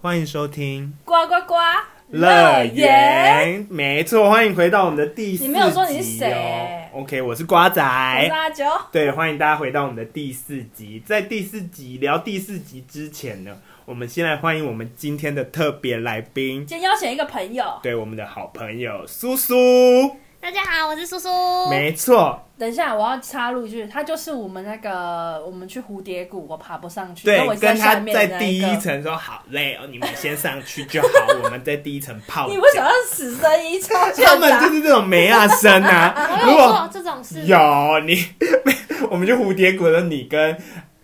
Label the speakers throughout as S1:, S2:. S1: 欢迎收听
S2: 呱呱呱
S1: 乐园，没错，欢迎回到我们的第四集、哦。
S2: 你没有说你是谁欸
S1: o k 我是瓜仔，
S2: 我是阿九，
S1: 对，欢迎大家回到我们的第四集。在第四集聊第四集之前呢，我们先来欢迎我们今天的特别来宾，
S2: 今天邀请一个朋友。
S1: 对我们的好朋友苏苏。
S3: 大家好，我是苏苏。
S1: 没错，
S2: 等一下，我要插入一句，他就是我们那个我们去蝴蝶谷，我爬不上去，
S1: 对
S2: 跟我，
S1: 跟
S2: 下
S1: 他
S2: 面
S1: 在
S2: 的那
S1: 第一
S2: 个。
S1: 层说好累哦，你们先上去就 好，我们在第一层泡
S2: 你
S1: 脚
S2: 为。什么要死生一臭？
S1: 他们就是这种没啊声啊
S3: 我。
S1: 如
S3: 有
S1: 果
S3: 做这种 事，
S1: 有你，我们就蝴蝶谷的你跟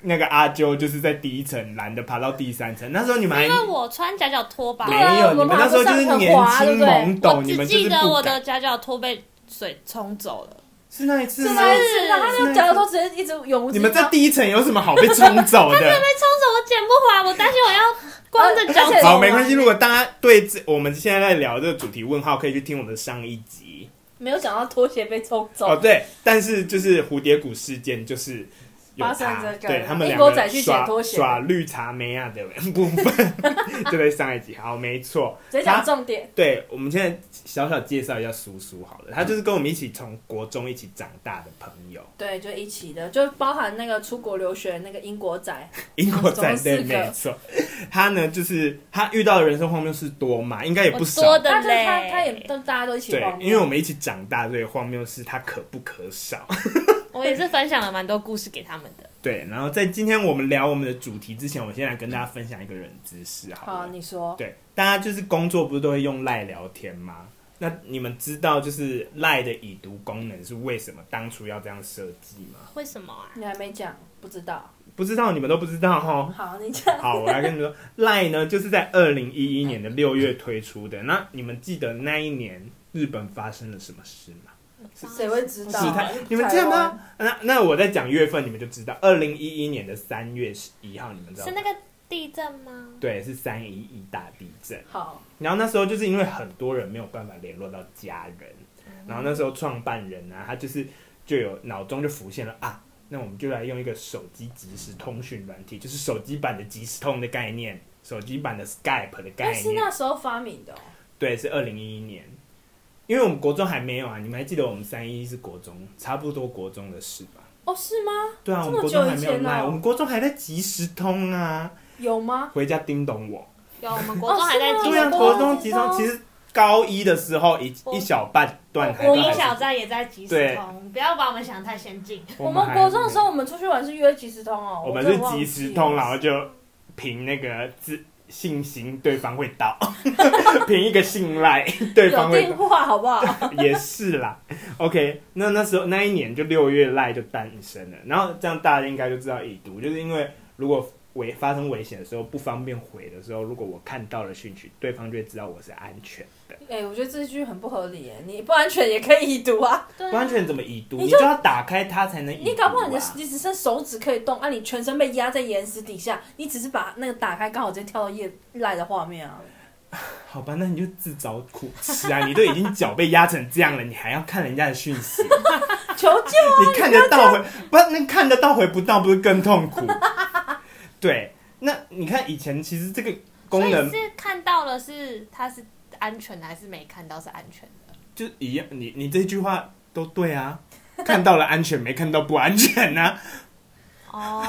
S1: 那个阿啾，就是在第一层懒得爬到第三层。那时候你们还
S3: 因为我穿夹脚拖吧，
S2: 对啊
S1: 没有，你
S2: 我
S1: 们
S2: 们
S1: 那时候就是年轻懵
S3: 我
S1: 懂，你
S3: 只
S1: 们就
S3: 记
S1: 是
S3: 得
S1: 不
S3: 我
S1: 敢。
S3: 的夹脚拖被水冲走了。
S1: 是那一次
S2: 是
S1: 吗？
S2: 吗？是吗？他
S1: 是
S2: 就
S1: 那
S2: 脚头直接一直永无
S1: 你
S2: 止
S1: 们在
S2: 境
S1: 第一层有什么好被冲走的
S3: 被？ 冲走，我捡不回来，我担心我要光着 脚
S2: 而且
S3: 走。
S1: 好，没关系。如果大家对这我们现在在聊这个主题问号，可以去听我们的上一集。
S2: 没有想到拖鞋被抽走。
S1: 哦，对，但是就是蝴蝶谷事件，就是有
S2: 发生
S1: 他，
S2: 这个
S1: 对他们
S2: 英
S1: 两
S2: 国
S1: 个
S2: 仔去
S1: 耍
S2: 捡拖鞋
S1: 耍绿茶啊梅亚的部分， 就在上一集。好，没错，
S2: 直接
S1: 他
S2: 讲重点。
S1: 对，我们现在小小介绍一下叔叔好了，他就是跟我们一起从国中一起长大的朋友，
S2: 对，就一起的，就包含那个出国留学那个英国仔，
S1: 英国战
S2: 哦总共
S1: 队
S2: 四个
S1: 没错。他呢，就是他遇到的人生荒谬事多嘛，应该也不少。
S3: 我多的
S2: 他就
S3: 嘞
S2: 他他也都大家都一起
S1: 对
S2: 荒，谬
S1: 因为我们一起长大，所以荒谬事他可不可少。
S3: 我也是分享了蛮多故事给他们的。
S1: 对，然后在今天我们聊我们的主题之前，我先来跟大家分享一个冷知识好了。
S2: 好，你说
S1: 对，大家就是工作不是都会用赖聊天吗？那你们知道就是赖的已读功能是为什么当初要这样设计吗？
S3: 为什么啊？
S2: 你还没讲，不知道。
S1: 不知道你们都不知道哈。
S2: 好，你讲。
S1: 好，我来跟你们说，赖呢就是在二零一一年的六月推出的。那你们记得那一年日本发生了什么事吗？
S2: 谁会知道
S1: 事态，你们记得吗？那那我在讲月份，你们就知道，二零一一年的三月十一号，你们知道
S3: 是
S1: 吗？
S3: 那个地震吗？
S1: 对，是三一一大地震。
S2: 好，
S1: 然后那时候就是因为很多人没有办法联络到家人，
S2: 嗯
S1: 然后那时候创办人啊，他就是就有脑中就浮现了啊，那我们就来用一个手机即时通讯软体，就是手机版的即时通的概念，手机版的 Skype 的概
S2: 但是
S1: 念
S2: 那，时候发明的哦、
S1: 对，是二零一一年。因为我们国中还没有啊，你们还记得我们三一是国中，差不多国中的事吧？
S2: 哦，是吗？
S1: 对啊，我
S2: 这
S1: 们
S2: 么
S1: 国
S2: 久
S1: 中还
S2: 以
S1: 没有
S2: 前
S1: 赖，我
S2: 哦
S1: 们国中还在即时通啊，
S2: 有吗？
S1: 回家叮咚我。
S3: 有，我们国中还在
S2: 哦是
S3: 记
S2: 吗
S1: 对啊，
S2: 呀国
S3: 得
S1: 国
S2: 中
S1: 中
S2: 即
S1: 即
S2: 时
S1: 中
S2: 通
S1: 其实高一的时候一
S3: 我
S1: 一小半段啊还
S3: 国
S1: 都
S3: 一
S1: 还是
S3: 小站也在即时
S1: 对
S3: 通，不要把我们想得太先进。
S2: 我们国中的时
S1: 候，
S2: 候，我们出去玩是约即时通哦、
S1: 我们
S2: 真
S1: 是
S2: 的忘
S1: 即
S2: 记
S1: 时通，
S2: 了
S1: 然后就凭那个自信心对方会 到，凭一个信赖对方
S2: 有
S1: 会
S2: 电话好不好？
S1: 也是啦。OK，那那时候那一年就六月赖就诞生了，然后这样大家应该就知道已读，就是因为如果危发生危险的时候不方便回的时候，如果我看到了讯息，对方就会知道我是安全的。
S2: 哎、我觉得这句很不合理耶，你不安全也可以已读 啊，
S3: 对
S1: 不
S3: 啊
S1: 安，全怎么已读？
S2: 你
S1: 你
S2: 就
S1: 就要打开它才能已读、啊。
S2: 你搞不好你的你只剩手指可以动，啊，你全身被压在岩石底下，你只是把那个打开，刚好直接跳到页赖的画面啊。
S1: 好吧，那你就自找苦吃啊！你都已经脚被压成这样了，你还要看人家的讯息？
S2: 求救！
S1: 你看得到回不？那看得到回不到，不是更痛 苦？对，那你看以前其实这个功能
S3: 所以是看到了是它是安全的，还是没看到是安 全的？
S1: 就一样，你你这句话都对啊。看到了安全，没看到不安全啊呐、
S3: 哦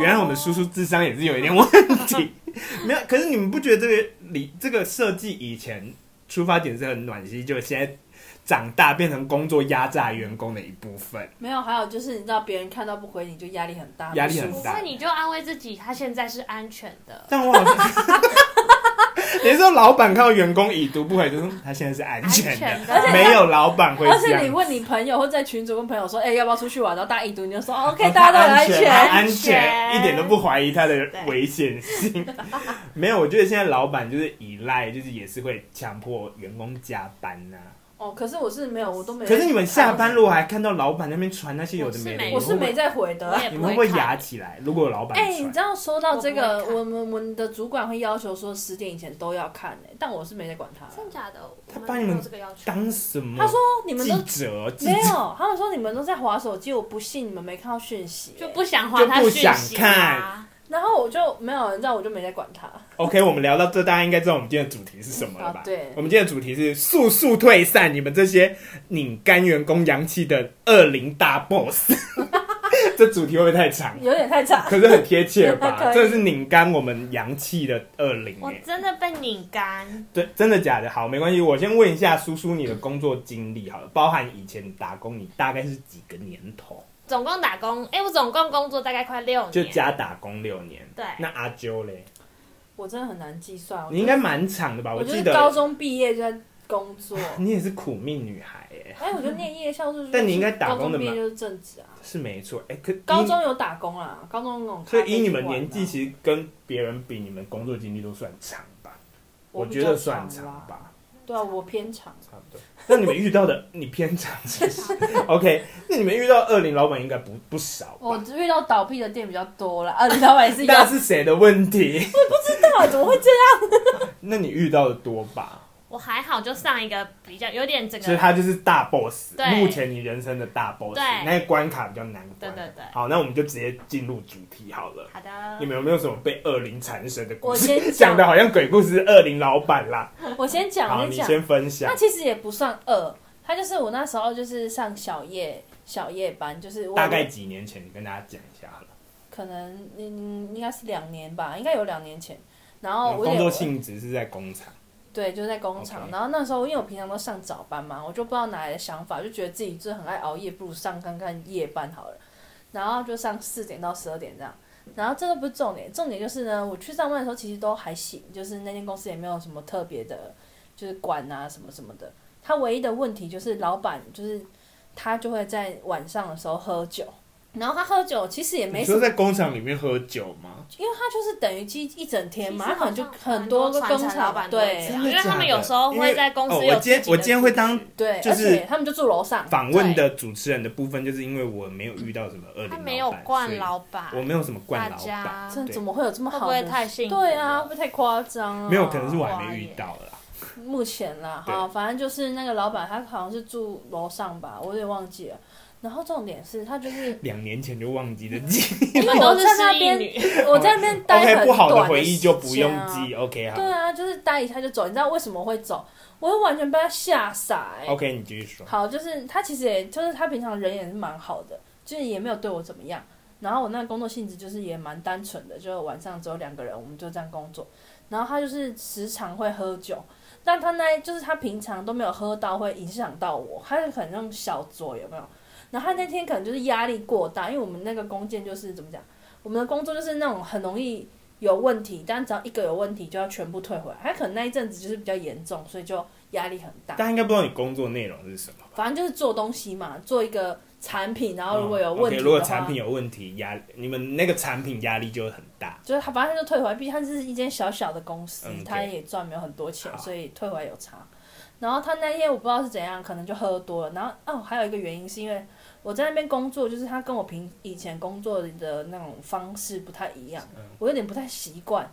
S1: 原来我们叔叔智商也是有一点问题， 没有。可是你们不觉得这个理这个设计以前出发点是很暖心，就现在长大变成工作压榨员工的一部分？
S2: 没有，还有就是你知道别人看到不回你就压力很大，
S1: 压力很
S2: 不舒服
S1: 大
S3: 所以你就安慰自己，他现在是安全的。
S1: 但我好像， 你说老板看到员工已读不回，就说他现在是安全的，
S3: 安全的而且
S1: 没有老板会
S2: 而
S1: 这
S2: 且你
S1: 样。
S2: 问你朋友或在群组跟朋友说，哎、要不要出去玩？然后大家一读你就说哦，OK，
S1: 他
S2: 大家都很
S1: 安
S2: 全。
S1: 他安
S3: 安全
S1: 全，一点都不怀疑他的危险性。 没有，我觉得现在老板就是依赖，就是也是会强迫员工加班啊呐、
S2: 哦，可是我是没有，我都没。
S1: 可是你们下班如果还看到老板那边传那些有的没的，
S3: 我
S2: 我是没
S1: 你们会
S2: 在回的
S3: 我。也
S1: 你
S3: 不
S1: 们会
S3: 会
S1: 不会
S3: 看
S1: 牙起来。如果有老板
S2: 哎、你
S1: 传
S2: 知，道说到这个
S3: 我不会，看
S2: 我们我们的主管会要求说十点以前都要看哎、但我是没在管他。
S3: 真假的？
S1: 他
S3: 我
S1: 把你
S3: 没有
S1: 们
S3: 这个要求，
S1: 当什么？
S2: 他说你们都
S1: 记者，记
S2: 没
S1: 者
S2: 有，他们说你们都在划手机，我不信你们没看到讯息、哎
S3: 就不想还他讯息、啊，
S1: 就不想看
S2: 然后我就没有，你知道，我就没再管他。
S1: OK，我们聊到这，大家应该知道我们今天的主题是什么了吧？
S2: 啊对
S1: 我们今天的主题是速速退散，你们这些拧干员工阳气的恶灵大 boss。这主题会不会太 长？
S2: 有点太差。
S1: 可是很贴切吧？
S2: 可以
S1: 这是拧干我们阳气的恶灵
S3: 我
S1: 哎，
S3: 真的被拧干，
S1: 对，真的假的？好，没关系，我先问一下叔叔你的工作经历好了，包含以前打工，你大概是几个年头？
S3: 总共打工，哎、我总共工作大概快六年，
S1: 就加打工六年。
S3: 对
S1: 那阿啾嘞，
S2: 我真的很难计算。我
S1: 你应该蛮长的吧？
S2: 哦我就
S1: 记
S2: 是高
S1: 得
S2: 中毕业就在工作，
S1: 你也是苦命女孩哎，
S2: 哎，我就念夜校是。
S1: 但你应该打工的嘛
S2: 高中毕业就是正职啊。
S1: 是没错哎，可
S2: 高中有打工啊，高中那种咖
S1: 所
S2: 啡馆啊。
S1: 以以你们年纪，其实跟别人比，你们工作经历都算长吧？我
S2: 我
S1: 觉得算
S2: 比较
S1: 长
S2: 啦。
S1: 吧，
S2: 对啊，我偏长。
S1: 差不多。那你们遇到的，你偏长是不是 OK？那你们遇到恶灵老板应该不不少
S2: 我
S1: 吧？
S2: 遇到倒闭的店比较多了，啊，你老板也是一
S1: 那
S2: 样。
S1: 是谁的问题？
S2: 到底怎么会这样？
S1: 那你遇到的多吧？
S3: 我还好，就上一个比较有点整
S1: 所以
S3: 个，
S1: 他就是大 boss，
S3: 对
S1: 目前你人生的大 boss，
S3: 对
S1: 那些关卡比较难关。
S3: 对对嗯对
S1: 好，那我们就直接进入主题好了。
S3: 好的
S1: 你，们有没有什么被恶灵缠身的故
S2: 我
S1: 事？
S2: 先
S1: 讲
S2: 讲
S1: 的，好像鬼故事，恶灵老板啦。
S2: 我先讲，
S1: 好，
S2: 我
S1: 你
S2: 讲。
S1: 先分享
S2: 那。其实也不算饿，他就是我那时候就是上小夜小夜班，就是我
S1: 大概几年前，你跟大家讲一下好了。
S2: 可能嗯应该是两年吧，应该有两年前。然后
S1: 你哦
S2: 我
S1: 工
S2: 也
S1: 作性质是在工厂，
S2: 对，就在工厂。
S1: OK
S2: 然后那时候因为我平常都上早班嘛，我就不知道哪来的想法，就觉得自己就是很爱熬夜，不如上看看夜班好了。然后就上四点到十二点这样。然后这个不是重点，重点就是呢，我去上班的时候其实都还行，就是那间公司也没有什么特别的，就是管啊什么什么的。他唯一的问题就是老板就是他就会在晚上的时候喝酒，然后他喝酒其实也没
S1: 你
S2: 什
S1: 说
S2: 么，
S1: 在工厂里面喝酒吗？
S2: 因为他就是等于一一整天嘛，
S3: 其
S2: 他
S3: 实
S2: 可能就
S3: 好像
S2: 很多个
S3: 传
S2: 工
S3: 承老
S2: 厂
S3: 板都会
S2: 对
S3: 这样
S1: 真的
S3: 因为他
S1: 假
S3: 们
S1: 的
S3: 有时候
S1: 因为
S3: 会在公
S1: 哦
S3: 司
S1: 我
S3: 有
S1: 今天
S3: 自己的
S1: 我今天会当
S3: 故事
S2: 对，
S1: 就是
S2: 而且他们就住楼上，
S1: 访问的主持人的部分，就是因为我没有遇到什么恶灵老
S3: 他
S1: 板，
S3: 没有惯老
S1: 所以我
S3: 板，
S1: 没有什么惯老
S3: 大
S1: 板，
S3: 家
S2: 真
S1: 对
S2: 啊的怎么会有这么
S3: 会
S2: 好
S3: 不
S2: 的？
S3: 会太幸福？
S2: 对啊，会不会太夸张啊？
S1: 没有可能是我还没遇到啦。
S2: 目前啦，
S1: 对
S2: 好，反正就是那个老板，他好像是住楼上吧，我有点忘记了。然后重点是他就是
S1: 两年前就忘记了记
S2: 因
S3: 你
S2: 为
S3: 们
S2: 我
S3: 都是
S2: 在那
S3: 失忆
S2: 边，
S3: 女，
S2: 我在那边嗯待
S1: ，OK，
S2: 很
S1: 不好
S2: 短
S1: 回忆就不用
S2: 时间
S1: 记，OK
S2: 啊。
S1: 好
S2: 对啊，就是待一下就走，你知道为什么会走？我会完全被他吓傻欸
S1: ，OK，你继续说。
S2: 好，就是他其实也就是他平常人也是蛮好的，就是也没有对我怎么样。然后我那个工作性质就是也蛮单纯的，就晚上只有两个人，我们就这样工作。然后他就是时常会喝酒，但他那就是他平常都没有喝到，会影响到我，他就可能用小酌有没有？然后他那天可能就是压力过大，因为我们那个弓箭就是怎么讲，我们的工作就是那种很容易有问题，但只要一个有问题就要全部退回来。他可能那一阵子就是比较严重，所以就压力很大。
S1: 大家应该不知道你工作内容是什么吧。
S2: 反正就是做东西嘛，做一个产品，然后如果有问
S1: o k
S2: 题的话，
S1: 哦如果产品有问题，压你们那个产品压力就会很大。
S2: 就是他，反正他就退回来，毕竟他是一间小小的公司
S1: 嗯，
S2: 他
S1: 对
S2: 也赚没有很多钱
S1: 好，
S2: 所以退回来有差。然后他那天我不知道是怎样，可能就喝多了。然后哦，还有一个原因是因为我在那边工作，就是他跟我平以前工作的那种方式不太一样
S1: 嗯，
S2: 我有点不太习惯。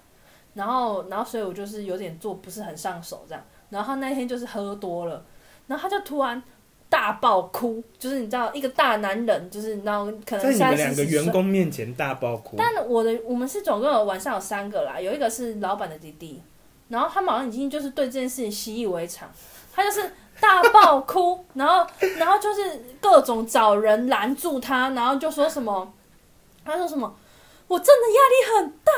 S2: 然后，然后所以我就是有点做不是很上手这样。然后他那天就是喝多了，然后他就突然大爆哭，就是你知道一个大男人，就是你知道可能
S1: 在你
S2: 三
S1: 们
S2: 四
S1: 两个
S2: 十
S1: 员
S2: 岁。
S1: 工面前大爆哭，
S2: 嗯但我的我们是总共有晚上有三个啦，有一个是老板的弟弟，然后他们好像已经就是对这件事情习以为常，他就是大 爆哭，然后然后就是各种找人拦住他，然后就说什么，他说什么，我真的压力很大。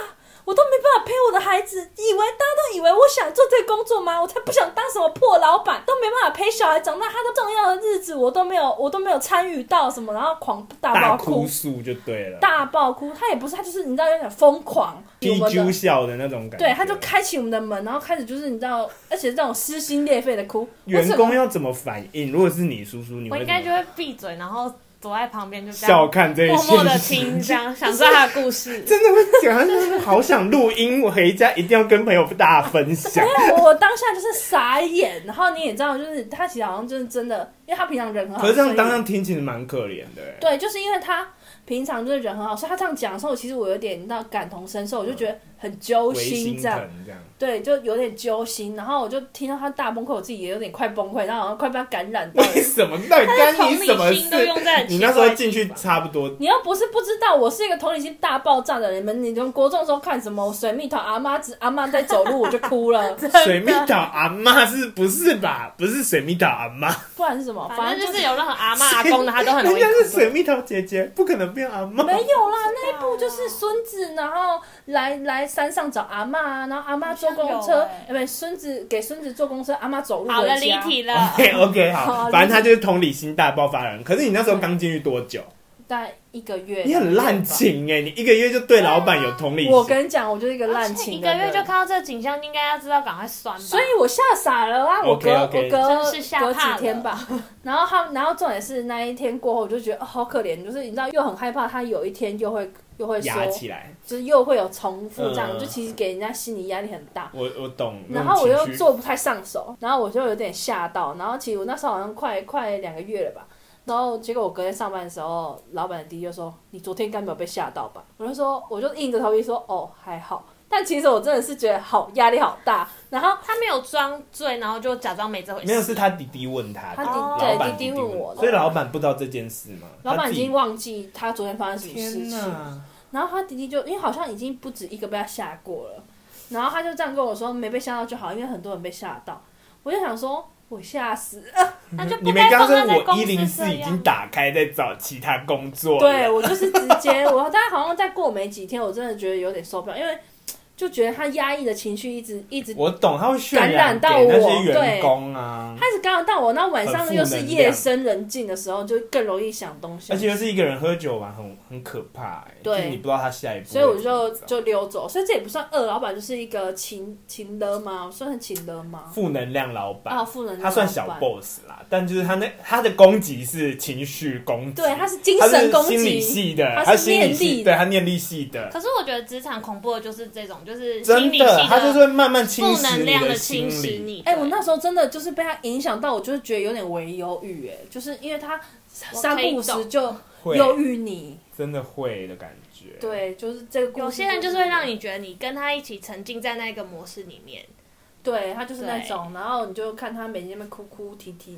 S2: 我都没办法陪我的孩子，以为大家都以为我想做这个工作吗？我才不想当什么破老板，都没办法陪小孩长大，他都重要的日子我都没有，我都没有参与到什么，然后狂大
S1: 大
S2: 爆
S1: 哭诉就对了，
S2: 大爆哭，他也不是，他就是你知道有点疯狂，我
S1: 低
S2: 们
S1: 揪
S2: 的
S1: 笑的那种感觉。
S2: 对，他就开启我们的门，然后开始就是你知道，而且这种撕心裂肺的哭，
S1: 员
S2: 我整
S1: 工
S2: 个
S1: 要怎么反应？如果是你叔叔，你
S3: 我
S1: 会
S3: 应
S1: 怎么
S3: 该就会闭嘴，然后躲在旁边就这
S1: 笑
S3: 样
S1: 看这一
S3: 默默的
S1: 些？
S3: 听，这样想知啊道他的故事。
S1: 真的会讲，就是好想录音，我回家一定要跟朋友大分享。
S2: 没有我我当下就是傻眼，然后你也知道，就是他其实好像就是真的，因为他平常人很好，
S1: 可是这样
S2: 所以
S1: 当然听其实蛮可怜的欸，
S2: 对，就是因为他平常就是人很好，所以他这样讲的时候，其实我有点到感同身受，我就觉得很揪
S1: 为心
S2: 心这样。
S1: 疼这样。
S2: 对，就有点揪心，然后我就听到他大崩溃，我自己也有点快崩溃，然后好像快被他感染 到了。
S1: 什么？那干
S3: 同
S1: 你什么
S3: 理心都
S1: 事？
S3: 用在很
S1: 你
S3: 奇
S1: 那时
S3: 怪
S1: 候
S3: 的
S1: 进去
S3: 地方
S1: 差不多，
S2: 你又不是不知道，我是一个同理心大爆炸的人。你们，你们国中的时候看什么水蜜桃阿妈只阿妈在走路，我就哭 了，
S1: 哎水蜜桃阿妈是不是吧？不是水蜜桃阿妈，
S2: 不然是什么？
S3: 反正
S2: 就
S3: 就是有任何阿妈阿公的，他都很容
S1: 人
S3: 易
S1: 家
S3: 哭。
S1: 是水蜜桃姐姐，不可能变阿妈。
S2: 没有啦，
S3: 那一
S2: 不就是孙子，然后来来山上找阿妈啊，然后阿妈坐公
S3: 好像有
S2: 车，
S3: 欸
S2: 哎，不，孙子给孙子坐公车，阿妈走路
S3: 好
S2: 回
S3: 了，
S2: 家。
S3: 离题了。
S1: OK OK
S2: 好
S1: 好，反正他就是同理心大爆发人。可是你那时候刚进去多久？
S2: 大概一个月。
S1: 你很滥。情哎，你一个月就对老板有同理
S2: 我
S1: 心，
S2: 跟你讲，我就是一个滥
S3: 一
S2: 情的
S3: 个
S2: 人。
S3: 月就看到这景象，应该要知道赶快酸吧。
S2: 所以我吓傻了啊！我隔
S1: OK，OK
S2: 我隔
S3: 真是吓
S2: 隔
S3: 怕
S2: 几天吧， 然后他，然后重点是那一天过后，我就觉得、哦、好可怜，就是你知道又很害怕，他有一天又会又会说
S1: 压，起来。
S2: 就是又会有重复这样，
S1: 嗯
S2: 就其实给人家心理压力很大。
S1: 我我懂。
S2: 然后我
S1: 那
S2: 又
S1: 种情绪
S2: 做不太上手，然后我就有点吓到，然后其实我那时候好像快快两个月了吧，然后结果我隔天上班的时候，老板的弟就说：“你昨天应该没有被吓到吧？”我就说，我就硬着头皮说：“哦，还好。”但其实我真的是觉得好压力好大，然后。
S3: 他没有装醉，然后就假装没这回事。
S1: 没有，是他弟弟问他，
S2: 他
S3: 弟
S1: 老板
S2: 对弟弟问我的
S1: 所以老板不知道这件事吗？
S2: 老板已经
S1: 忘。
S2: 忘记他昨天发生什么事
S1: 天
S2: 情，
S1: 哪！
S2: 然后他弟弟就因为好像已经不止一个被他吓过了，然后他就这样跟我说没被吓到就好，因为很多人被吓到，我就想说我 吓死了，
S3: 那就
S1: 你
S3: 不
S1: 没
S3: 该
S1: 刚
S3: 放
S1: 说
S3: 他在
S1: 我
S3: 公
S1: 一
S3: 司
S1: 零
S3: 这
S1: 四已
S3: 样
S1: 经。打开在找其他工作，，
S2: 对我就是直接我，但好像再过没几天，我真的觉得有点受不了，因为就觉得他压抑的情绪一直一直
S1: 我懂，他会渲
S2: 感染
S1: 给
S2: 到
S1: 那
S2: 我
S1: 些员
S2: 对
S1: 工啊，
S2: 开始干扰到我，那晚
S1: 很
S2: 上
S1: 负
S2: 又是
S1: 能
S2: 夜
S1: 量
S2: 深人静的时候，就更容易想东西，
S1: 而且又是一个人喝酒玩，很很可怕、欸，
S2: 对
S1: 就是你不知道他下一步会
S2: 所以我
S1: 怎么
S2: 就
S1: 走
S2: 就溜走，所以这也不算恶，老板就是一个情情的嘛，算是情的嘛。
S1: 负能量老板，
S2: 啊，负能量
S1: 他算
S2: 老
S1: 小
S2: 板
S1: boss 啦，但就是他那他的攻击是情绪攻击，
S2: 对，他是精
S1: 他
S2: 神攻
S1: 是心理
S2: 击，
S1: 系的，
S2: 他是
S1: 他心理
S2: 念力
S1: 系，对他念力系的，
S3: 可是我觉得职场恐怖的就是这种，就是心
S1: 真
S3: 理系的
S1: 他就是会慢慢侵
S3: 负
S1: 蚀
S3: 能
S1: 你
S3: 量的
S1: 心
S3: 侵蚀
S1: 理。
S3: 你。
S2: 哎、我那时候真的就是被他影响到，我就是觉得有点微忧郁，哎，就是因为他三
S3: 可以
S2: 不五时
S3: 懂
S2: 就
S1: 会
S2: 忧郁你，
S1: 真的会的感觉，，
S2: 对，就是这个故事
S3: 有些人就是会让你觉得你跟他一起沉浸在那个模式里面，
S2: 对他就是那
S3: 对
S2: 种，然后你就看他每天在那边哭哭啼啼，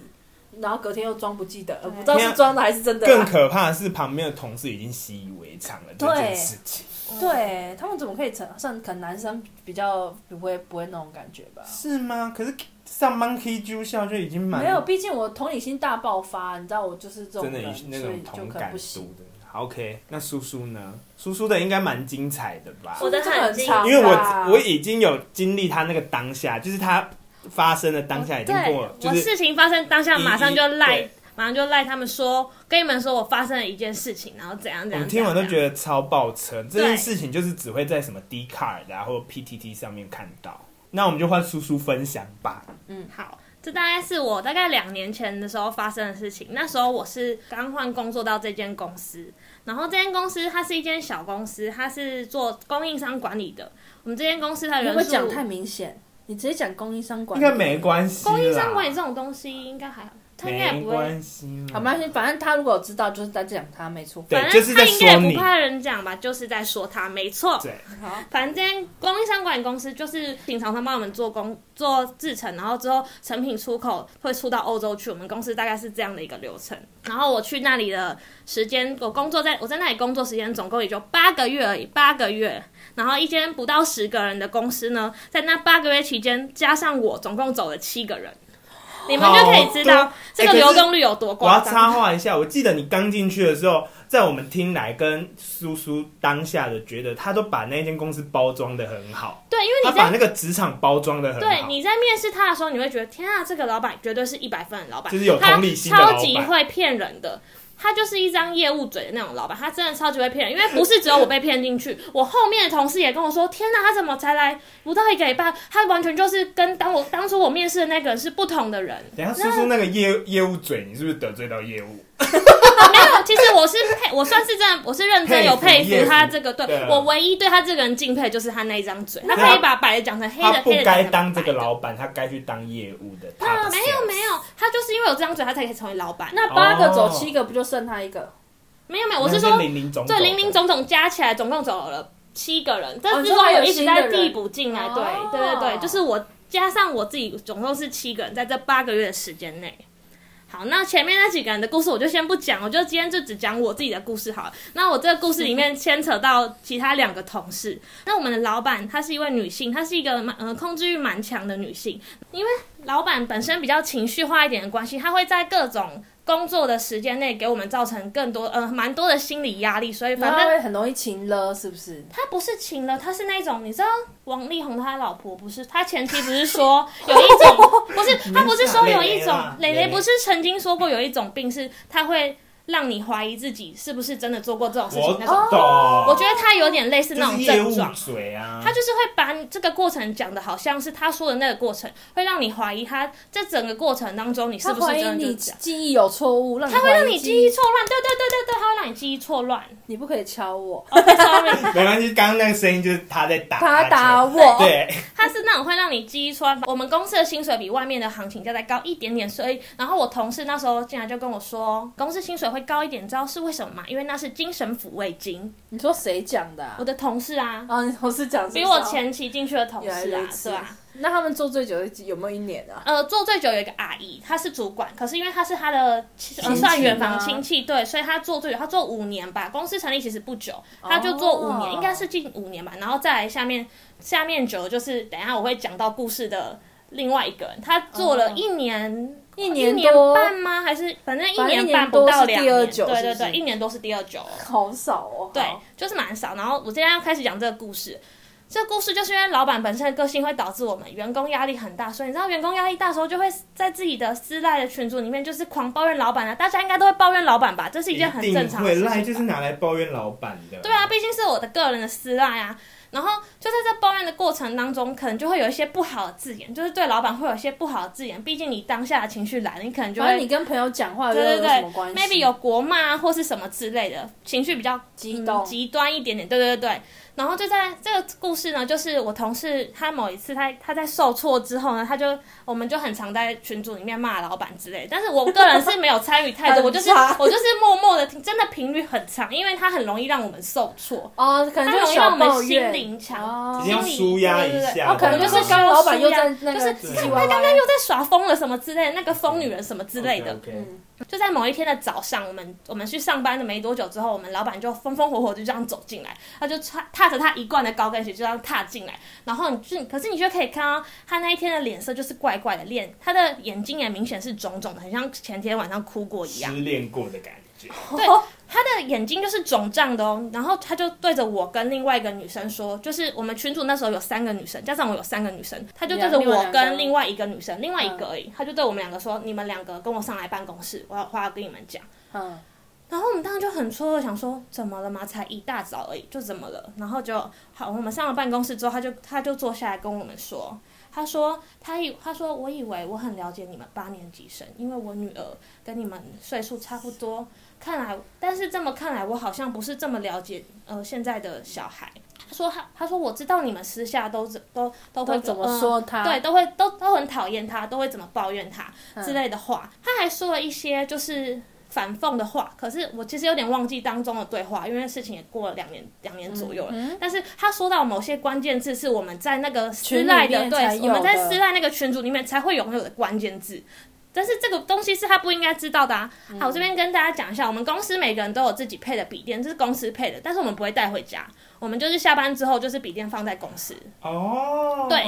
S2: 然后隔天又装不记得，呃，
S3: 对
S2: 不知道是装的还是真的
S1: 更
S2: 啦。
S1: 可怕的是旁边的同事已经习以为常了这件事情。
S2: 对他们怎么可以承？像可能男生比较不会不会那种感觉吧。
S1: 是吗？可是上 Monkey Ju 校就已经蛮
S2: 没有，毕竟我同理心大爆发，你知道我就是这种
S1: 真的
S2: 人，
S1: 有那
S2: 所以
S1: 种
S2: 就
S1: 同
S2: 可能
S1: 感
S2: 不
S1: 度
S2: 行。
S1: 的。好 OK，那叔叔呢？叔叔的应该蛮精彩的吧？
S3: 我的
S2: 这个很
S3: 很
S2: 长啊，
S1: 因为我我已经有经历他那个当下，就是他发生的当下已经跟我
S3: 对
S1: 就
S3: 我
S1: 是
S3: 事情发生当下，
S1: 一
S3: 马上就赖
S1: 对，
S3: 马上就赖他们说，跟你们说我发生了一件事情，然后怎样怎
S1: 我
S3: 样。
S1: 们听完都
S3: 得
S1: 觉得超爆车。这件事情就是只会在什么 D card 啊或 PTT 上面看到。那我们就换叔叔分享吧。
S3: 好。这大概是我大概两年前的时候发生的事情。那时候我是刚换工作到这间公司，然后这间公司它是一间小公司，它是做供应商管理的。我们这间公司它
S2: 你会
S3: 人
S2: 不会
S3: 数
S2: 讲太明显？你直接讲供应商管
S1: 应
S2: 理
S1: 该没关系啦，
S3: 供应商管理这种东西应该还好，他应该也
S1: 没
S3: 不会，
S1: 关系啦，
S2: 好，没关系，反正他如果知道，就是在讲他没错。
S1: 对
S3: 反，
S1: 就
S3: 正
S1: 是
S3: 他
S1: 在
S3: 应该
S1: 说
S3: 也
S1: 你
S3: 不，怕人讲吧，就是在说他，没错。
S1: 对，
S2: 好，
S3: 反正这间供应商管理公司就是请厂商帮我们做工做制成，然后之后成品出口会出到欧洲去。我们公司大概是这样的一个流程。然后我去那里的时间，我工作在我在那里工作时间总共也就八个月而已，八个月。然后一间不到十个人的公司呢，在那八个月期间，加上我，总共走了七个人。你们就可以知
S1: 好
S3: 道
S1: 多
S3: 这个
S1: 哎可
S3: 流
S1: 是
S3: 动率有多
S1: 我要
S3: 夸张。
S1: 插话一下，我记得你刚进去的时候，在我们听来跟叔叔当下的觉得，他都把那间公司包装的很好，
S3: 对，因为
S1: 他
S3: 你在
S1: 把那个职场包装的很
S3: 对
S1: 好，
S3: 你在面试他的时候，你会觉得天啊，这个老板绝对是一百分的老板，
S1: 就是有同理心的
S3: 他
S1: 老
S3: 超级
S1: 板。
S3: 会骗人的。他就是一张业务嘴的那种老板，他真的超级会骗人。因为不是只有我被骗进去，我后面的同事也跟我说：“天啊哪，他怎么才来不到一个礼拜？他完全就是跟当我当初我面试的那个人是不 同的人。
S1: 等一下叔叔那个业业务嘴，你是不是得罪到业务？
S3: 没有，其实我是佩，我算是真的，我是认真有佩
S1: 佩
S3: 服
S1: 服
S3: 他这个。对
S1: 对啊
S3: 我唯一对他这个人敬佩就是他那一张嘴，他
S1: 那
S3: 可以把白的讲成黑
S1: 他
S3: 的，
S1: 不
S3: 黑的讲
S1: 该
S3: 成
S1: 当这
S3: 白的
S1: 个老板，他该去当业务的。
S3: 啊，
S1: 他
S3: 没有没有，他就是因为有这张嘴，他才可以成为老板。
S1: 哦
S2: 那八个走七个，不就剩他一个？
S3: 没有没有，我是
S1: 然
S3: 说
S1: 后零零总总
S3: 这
S1: 的
S3: 零零总总加起来总共走了七个人，但
S2: 你
S3: 是
S2: 说
S3: 说
S2: 还有
S3: 我一直
S2: 新哦的
S3: 在
S2: 人
S3: 递补进来，对
S2: 哦
S3: 对对对，就是我加上我自己总共是七个人，在这八个月的时间内。好，那前面那几个人的故事我就先不讲，我就今天就只讲我自己的故事好了。那我这个故事里面牵扯到其他两个同事，那我们的老板她是一位女性，她是一个蛮呃控制欲蛮强的女性，因为老板本身比较情绪化一点的关系，他会在各种工作的时间内给我们造成更多呃蛮多的心理压力，所以
S2: 然
S3: 反
S2: 后
S3: 正
S2: 他会很容易情了，是不是？
S3: 他不是情了，他是那种你知道王力宏他老婆不是他前妻不是说有一种不是他不是说有一
S1: 蕾蕾
S3: 种
S1: 啊
S3: 蕾
S1: 蕾
S3: 蕾
S1: 蕾
S3: 不是曾经说过有一种病是他会让你怀疑自己是不是真的做过这种事
S1: 我
S3: 情那种，
S1: 懂，
S3: 我觉得他有点类似那
S1: 就是
S3: 种
S1: 业
S3: 症
S1: 务
S3: 状。
S1: 水啊，
S3: 他就是会把你这个过程讲的好像是他说的那个过程，会让你怀疑他这整个过程当中你是
S2: 他
S3: 不是
S2: 怀疑
S3: 真的就
S2: 你
S3: 这样。
S2: 记忆有错误，让
S3: 他会让你记忆
S2: 忆，
S3: 错乱，对对对对对，他会让你记忆错乱。
S2: 你不可以敲我，
S3: Sorry，
S1: 没关系，刚刚那个声音就是他在打
S2: 他打
S1: 打
S2: 我，
S1: 对，
S3: 它是那种会让你记忆穿。我们公司的薪水比外面的行情价再高一点点，所以然后我同事那时候竟然就跟我说，公司薪水会高一点，你知道是为什么吗？因为那是精神抚慰金。
S2: 你说谁讲的啊
S3: 我？的同事啊，
S2: 啊，你同事讲是不
S3: 比
S2: 是
S3: 我。前期进去的同
S2: 原
S3: 事
S2: 来
S3: 啊
S2: 如，此
S3: 对啊。
S2: 那他们做最久的有没有一年啊？
S3: 呃，做最久有一个阿姨，她是主管，可是因为她是她的
S2: 亲
S3: 亲呃
S2: 戚
S3: 算远房
S2: 吗
S3: 亲戚，对，所以她做最久，她做五年吧。公司成立其实不久，她就做五
S2: 哦
S3: 年，应该是近五年吧。然后再来下面下面久的就是等一下我会讲到故事的另外一个人，她做了
S2: 哦
S3: 一年。
S2: 一
S3: 一
S2: 年
S3: 年
S2: 多，
S3: 半吗？还是反正一
S2: 反正一
S3: 年
S2: 年
S3: 半
S2: 多
S3: 不到
S2: 是
S3: 两
S2: 第二
S3: 年，
S2: 久
S3: 对
S2: 是
S3: 对
S2: 不
S3: 对，
S2: 是
S3: 一年都是第二久哦。
S2: 好少哦。
S3: 对
S2: 好，
S3: 就是蛮少。然后我今天要开始讲这个故事，这个故事就是因为老板本身的个性会导致我们员工压力很大，所以你知道员工压力大的时候，就会在自己的私赖的群组里面就是狂抱怨老板啊，大家应该都会抱怨老板吧，这是一件很正常的
S1: 一定
S3: 事
S1: 会赖就
S3: 情
S1: 是
S3: 吧。
S1: 拿来抱怨老板的。
S3: 对啊，，毕竟是我的个人的私赖啊。然后就在这抱怨的过程当中，可能就会有一些不好的字眼，就是对老板会有一些不好的字眼。毕竟你当下的情绪来了，你可能就
S2: 反正
S3: 会
S2: 你跟朋友讲话又
S3: 对对
S2: 有
S3: 对
S2: 什么关系
S3: maybe 有国骂啊或是什么之类的，情绪比较
S2: 激
S3: 嗯
S2: 动，
S3: 极端一点点，对对对对。然后就在这个故事呢，就是我同事他某一次他他在受挫之后呢，他就我们就很常在群组里面骂老板之类的，但是我个人是没有参 与太多，我就是
S2: 很差
S3: 我就是默默的听，真的频率很长，因为他很容易让我们受挫，
S2: 哦，可能
S3: 他
S2: 就
S3: 容
S2: 是
S3: 易让
S2: 小
S3: 我们
S2: 抱
S3: 心
S2: 怨
S3: 灵强。
S1: 一
S2: 哦
S1: 定要
S3: 心理
S1: 舒压
S3: 对对
S1: 一
S3: 对
S1: 下。
S2: 哦，可能就是刚老板又在那个
S3: 就是
S2: 唧唧歪
S1: 他
S2: 歪，
S3: 又在耍疯了，什么之类的，那个疯女人什么之类的。
S1: OK，OK
S2: 嗯，
S3: 就在某一天的早上，我们我们去上班的没多久之后，我们老板就风风火火就这样走进来，他就踏踏着他一贯的高跟鞋就这样踏进来，然后你就可是你就可以看到他那一天的脸色就是怪怪的，脸他的眼睛也明显是肿肿的，很像前天晚上哭过一样哦
S1: 失，恋过的感觉。
S3: 他的眼睛就是肿胀的哦。然后他就对着我跟另外一个女生说，就是我们群主那时候有三个女生，加上我有三个女生，他就对着
S2: 两另外
S3: 我
S2: 两个嗯
S3: 跟另外一个女生，另外一个而已，他就对我们两个说，你们两个跟我上来办公室，我有话要跟你们讲。
S2: 嗯，
S3: 然后我们当时就很错愕，想说怎么了嘛？才一大早而已，就怎么了？然后就好，我们上了办公室之后，他就他就坐下来跟我们说，他说他以他说我以为我很了解你们八年级生，因为我女儿跟你们岁数差不多，看来但是这么看来，我好像不是这么了解呃现在的小孩。他说他他说我知道你们私下都怎都都会
S2: 都怎
S3: 嗯
S2: 么说他？
S3: 对，都会都都很讨厌他，都会怎么抱怨他
S2: 嗯
S3: 之类的话。他还说了一些就是反讽的话，可是我其实有点忘记当中的对话，因为事情也过了两年两年左右了。
S2: 嗯
S3: 但是他说到某些关键字，是我们在那个私
S2: 群里
S3: 赖的，
S2: 面才
S3: 对，我
S2: 有
S3: 们在
S2: 的
S3: 私赖那个群组里面才会拥有的关键字。但是这个东西是他不应该知道的啊！
S2: 嗯
S3: 好，我这边跟大家讲一下，我们公司每个人都有自己配的笔电，这是公司配的，但是我们不会带回家，我们就是下班之后就是笔电放在公司。
S1: 哦，
S3: 对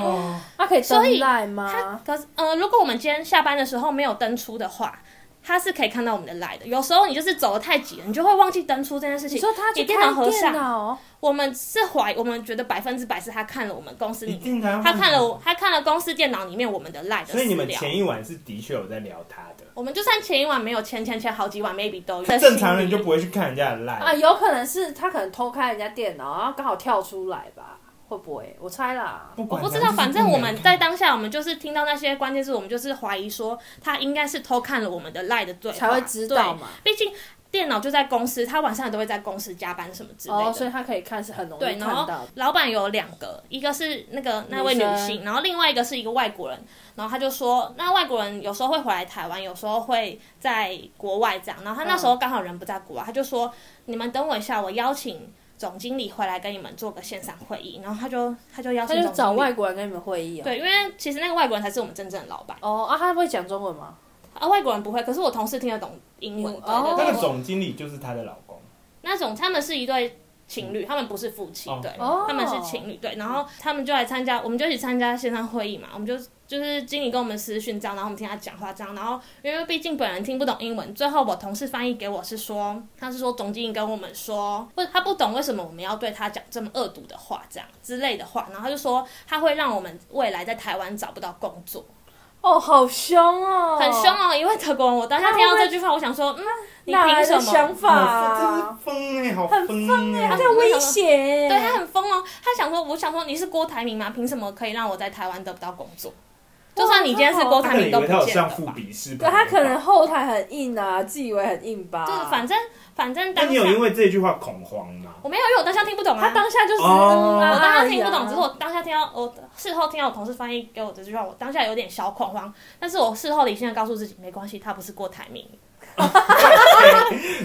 S2: 他可以
S3: 所以
S2: 登赖
S3: 他
S1: 啊
S2: 吗？
S3: 可是呃，如果我们今天下班的时候没有登出的话，他是可以看到我们的来的。有时候你就是走的太急了，你就会忘记登出这件事
S2: 你
S1: 嗯
S3: 情。
S2: 说他去
S3: 你电脑
S2: 看
S3: 合
S2: 电
S3: 上
S2: 脑，
S3: 我们是怀，我们觉得百分之百是他看了我们公司
S1: 一
S3: 里面，
S1: 定的啊。
S3: 他看了我，他看了公司电脑里面我们的赖的
S1: 所以你
S3: 私
S1: 们
S3: 聊。
S1: 前一晚是的确有在聊他的，
S3: 我们就算前一晚没有签，签签好几晚 maybe 都有。
S1: 正常人就不会去看人家的
S2: 啊，
S1: 赖。
S2: 有可能是他可能偷开人家电脑，然后刚好跳出来吧？会不会？我猜啦。
S1: 不
S3: 我
S1: 管
S3: 不
S1: 他
S3: 知道，反正我们在
S1: 就是
S3: 当下，我们就是听到那些关键字，我们就是怀疑说他应该是偷看了我们的赖的对话
S2: 才会知道嘛。
S3: 对毕竟电脑就在公司，他晚上也都会在公司加班什么之类的。
S2: 哦，所以他可以看是很容易
S3: 对
S2: 看
S3: 然后
S2: 到的。
S3: 老板有两个，一个是那个那位
S2: 女
S3: 女
S2: 生
S3: 性，然后另外一个是一个外国人。然后他就说，那外国人有时候会回来台湾，有时候会在国外这样。然后他那时候刚好人不在国外，他就说，你们等我一下，我邀请总经理回来跟你们做个线上会议。然后他就他就邀
S2: 他
S3: 请
S2: 就
S3: 总
S2: 找
S3: 经理
S2: 外国人跟你们会议哦。
S3: 对，因为其实那个外国人才是我们真正的老板
S2: 哦啊，他会讲中文吗？
S3: 啊，外国人不会，可是我同事听得懂英文。
S2: 英文
S3: 对对
S2: 哦
S3: 对
S1: 那个总经理就是她的老公，
S3: 那种他们是一对情侣，他们不是夫妻，
S1: 哦
S3: 对，
S2: 哦
S3: 他们是情侣，对，然后他们就来参加，我们就一起参加线上会议嘛，我们就就是经理跟我们私讯这样，然后我们听他讲话这样，然后因为毕竟本人听不懂英文，最后我同事翻译给我是说，他是说总经理跟我们说，或者他不懂为什么我们要对他讲这么恶毒的话这样之类的话，然后他就说他会让我们未来在台湾找不到工作，
S2: 哦，好凶哦，
S3: 很凶。哦，因为德国人，我当下
S2: 他
S3: 听到
S2: 会不会
S3: 这句话，我想说，嗯，你
S2: 哪
S3: 凭
S2: 来
S3: 什
S2: 的
S3: 么
S2: 想？法啊
S1: 哇？这是疯哎、好
S2: 很
S1: 疯哎、
S2: 他在威胁。
S3: 对他很疯哦，他想说，我想说你是郭台铭吗？凭什么可以让我在台湾得不到工作？欸就算你今天是郭
S1: 他可
S3: 台
S1: 能
S3: 铭
S1: 以
S3: 都
S1: 为
S3: 不
S1: 他有
S3: 见
S1: 上
S3: 了
S1: 副
S3: 吧。
S1: 笔试吧，
S2: 对他可能后台很硬啊，自以为很硬吧。
S3: 就是反正反正
S1: 那
S3: 当
S1: 你
S3: 下
S1: 有因为这句话恐慌吗？
S3: 我没有，因为我当下听不懂
S2: 他
S3: 啊。
S2: 当下就是
S1: 哦
S2: 嗯啊
S3: 我当下听不
S2: 而已
S3: 懂，
S2: 啊
S3: 只是我当下听到我事后听到我同事翻译给我这句话，我当下有点小恐慌，但是我事后理性的告诉自己，没关系，他不是郭台铭，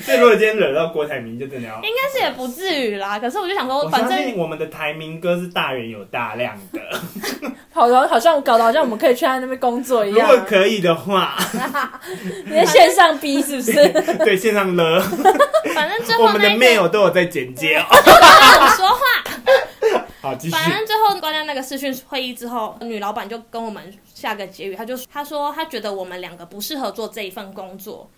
S1: 所以如果今天惹到郭台铭，就真的要。
S3: 应该是也不至于啦。可是我就想说，
S1: 我
S3: 反
S1: 相
S3: 正
S1: 信我们的台民哥是大人有大量的，
S2: 好像好像搞得好像我们可以去他那边工作一
S1: 如
S2: 样。
S1: 果可以的话，
S2: 你在线上逼是不 是？
S1: 对线上了，
S3: 反正最
S1: 我
S3: 后
S1: 们
S3: 那
S1: 的
S3: 一天
S1: mail 都有在简介哦。
S3: 我说话。
S1: 好，继续。
S3: 反正最后关掉那个视讯会议之后，女老板就跟我们下个结语，她就她说她觉得我们两个不适合做这一份工作。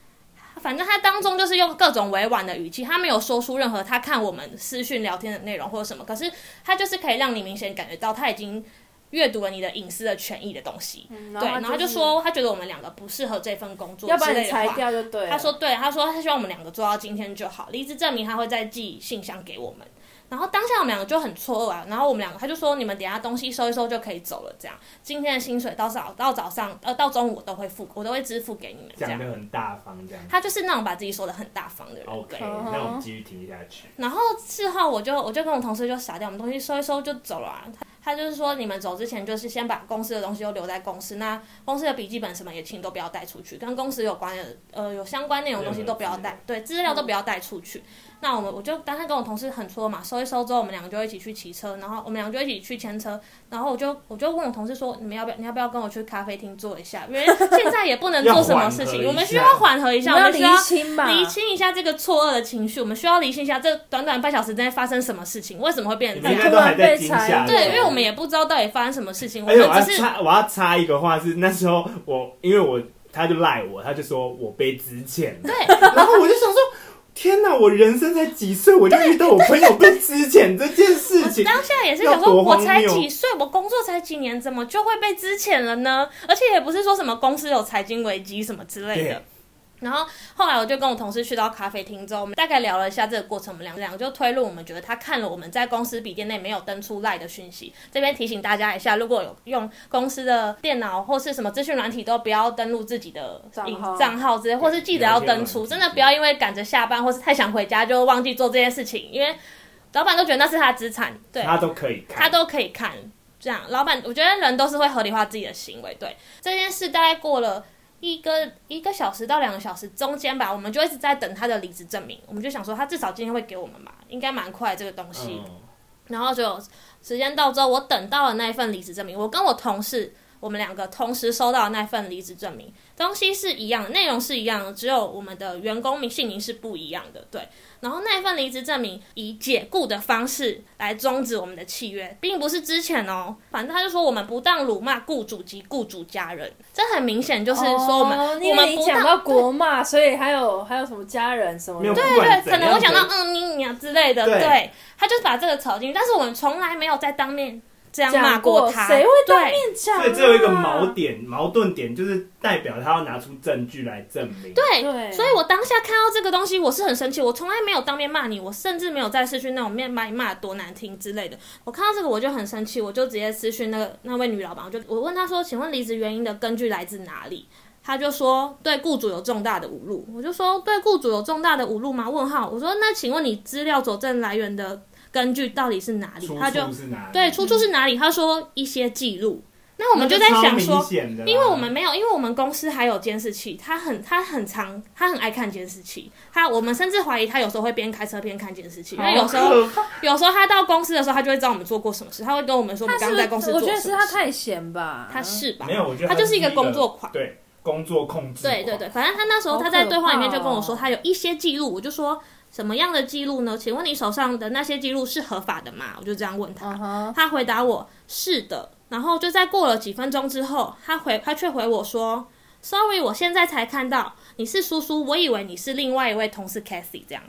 S3: 反正她当中就是用各种委婉的语气，她没有说出任何她看我们私讯聊天的内容或者什么，可是她就是可以让你明显感觉到她已经阅读了你的隐私的权益的东西。对，嗯然后她就，说她觉得我们两个不适合这份工作，
S2: 要把
S3: 之
S2: 你
S3: 类的
S2: 裁
S3: 话
S2: 掉就对
S1: 啊
S2: 了。
S3: 他说对，他说他希望我们两个做到今天就好，离职证明他会再寄信箱给我们。然后当下我们两个就很错愕啊，然后我们两个他就说你们等一下东西收一收就可以走了，这样今天的薪水到早到早上呃到中午我都会付，我都会支付给你们这
S1: 讲
S3: 样
S1: 的。很大方，这样。
S3: 他就是那种把自己说的很大方的人
S1: OK，
S3: 对。
S2: 嗯哼
S1: 那我们继续听下去。
S3: 然后事后我就我就跟我同事就傻掉，我们东西收一收就走了、啊。他他就是说，你们走之前就是先把公司的东西都留在公司，那公司的笔记本什么也请都不要带出去，跟公司有关的呃有相关内容的东西都不要带，对资料都不要带出去。那我们我就当时跟我同事很戳嘛，收一收之后，我们两个就一起去骑车，然后我们两个就一起去牵车，然后我就我就问我同事说，你们要不要你要不要跟我去咖啡厅坐一下？因为现在也 不能做什么事
S1: 要缓和一下
S3: 情，我们需要缓和一
S2: 你
S3: 下，
S2: 们
S3: 我
S2: 要
S3: 们需要
S2: 厘清吧，
S3: 理清一下这个错愕的情绪，我们需要理清一下这短短半小时之内发生什么事情，为什么会变
S1: 你
S3: 成
S1: 们
S3: 这
S1: 应
S3: 样？
S1: 该都还在惊吓，
S3: 对，
S1: 不
S3: 因为我们也不知道到底发生什么事情，我
S1: 而且我
S3: 们
S1: 要
S3: 只是
S1: 插，我要插一个话是，那时候我因为我他就赖我，他就说我被支遣了，
S3: 对，
S1: 然后我就想说，天哪，我人生才几岁，我就遇到我朋友被支遣这件事
S3: 我
S1: 情，
S3: 当下也是
S1: 要
S3: 想说，
S1: 多
S3: 我
S1: 荒
S3: 才
S1: 谬
S3: 几岁，我工作才几年，怎么就会被支遣了呢？而且也不是说什么公司有财经危机什么之类的
S1: 对。
S3: 然后后来我就跟我同事去到咖啡厅之后，我们大概聊了一下这个过程，我们两两个就推论，我们觉得他看了我们在公司笔电内没有登出 LINE 的讯息。这边提醒大家一下，如果有用公司的电脑或是什么资讯软体，都不要登录自己的
S2: 账
S3: 隐
S2: 号
S3: 账号之类，或是记得要登出，
S1: 聊天软体
S3: 真的不要因为赶着下班或是太想回家就忘记做这件事情，因为老板都觉得那是他的资产，对，
S1: 他都可以看，
S3: 他都可以看。这样，老板，我觉得人都是会合理化自己的行为。对这件事，大概过了一个一个小时到两个小时中间吧，我们就一直在等他的离职证明。我们就想说，他至少今天会给我们吧，应该蛮快这个东西。
S1: 嗯
S3: 然后就时间到之后，我等到了那一份离职证明，我跟我同事。我们两个同时收到的那份离职证明，东西是一样的，内容是一样的，只有我们的员工名姓名是不一样的。对，然后那份离职证明以解雇的方式来终止我们的契约，并不是之前哦，反正他就说我们不当辱骂雇主及雇主家人，这很明显就是说我们、
S2: 哦因
S3: 我
S2: 为
S3: 们
S2: 你
S3: 不
S2: 讲到
S3: 当
S2: 国骂，所以还有还有什么家人什么
S1: 没
S2: 的
S1: 有，不
S3: 对
S1: 管
S3: 对，可
S1: 怎
S3: 能我
S1: 样
S3: 想到
S1: 的。
S3: 嗯你啊之类的，
S1: 对
S3: 对，他就是把这个炒进去，但是我们从来没有在当面这样骂
S2: 讲过
S3: 他，
S2: 谁会当
S3: 对
S2: 面讲啊？
S1: 所以只有一个矛点、矛盾点，就是代表他要拿出证据来证明。对，
S3: 对，
S2: 对
S3: 所以我当下看到这个东西，我是很生气，我从来没有当面骂你，我甚至没有在私讯那种面把你骂得多难听之类的。我看到这个我就很生气，我就直接私讯那个那位女老板，我就我问她说，请问离职原因的根据来自哪里？他就说对雇主有重大的侮辱，我就说对雇主有重大的侮辱吗？问号，我说那请问你资料佐证来源的根据到底是哪里？
S1: 出
S3: 他就
S1: 处是哪里？
S3: 对出处是哪里？他说一些记录，那我们就在想说，
S1: 啊
S3: 因为我们没有，因为我们公司还有监视器，他很他很常他很爱看监视器，他我们甚至怀疑他有时候会边开车边看监视器，因为有时候有时候他到公司的时候，他就会知道我们做过什么事，他会跟我们说我
S2: 他
S3: 们刚
S2: 是
S3: 刚在公
S2: 不是？
S3: 司做
S2: 我
S3: 什
S2: 觉
S3: 么
S2: 得
S3: 事，
S2: 是他啊太闲吧，
S3: 他是 吧
S1: 没？有，我觉得
S3: 他就是一个
S1: 个
S3: 工作狂。
S1: 对工作控制狂，
S3: 对对对，反正他那时候他在对话里面就跟我说，
S2: 好可怕哦
S3: 他有一些记录，我就说什么样的记录呢？请问你手上的那些记录是合法的吗？我就这样问他。
S2: 嗯哼，
S3: 他回答我是的，然后就在过了几分钟之后，他回他却回我说，sorry，我现在才看到你是叔叔，我以为你是另外一位同事 Cassie 这样。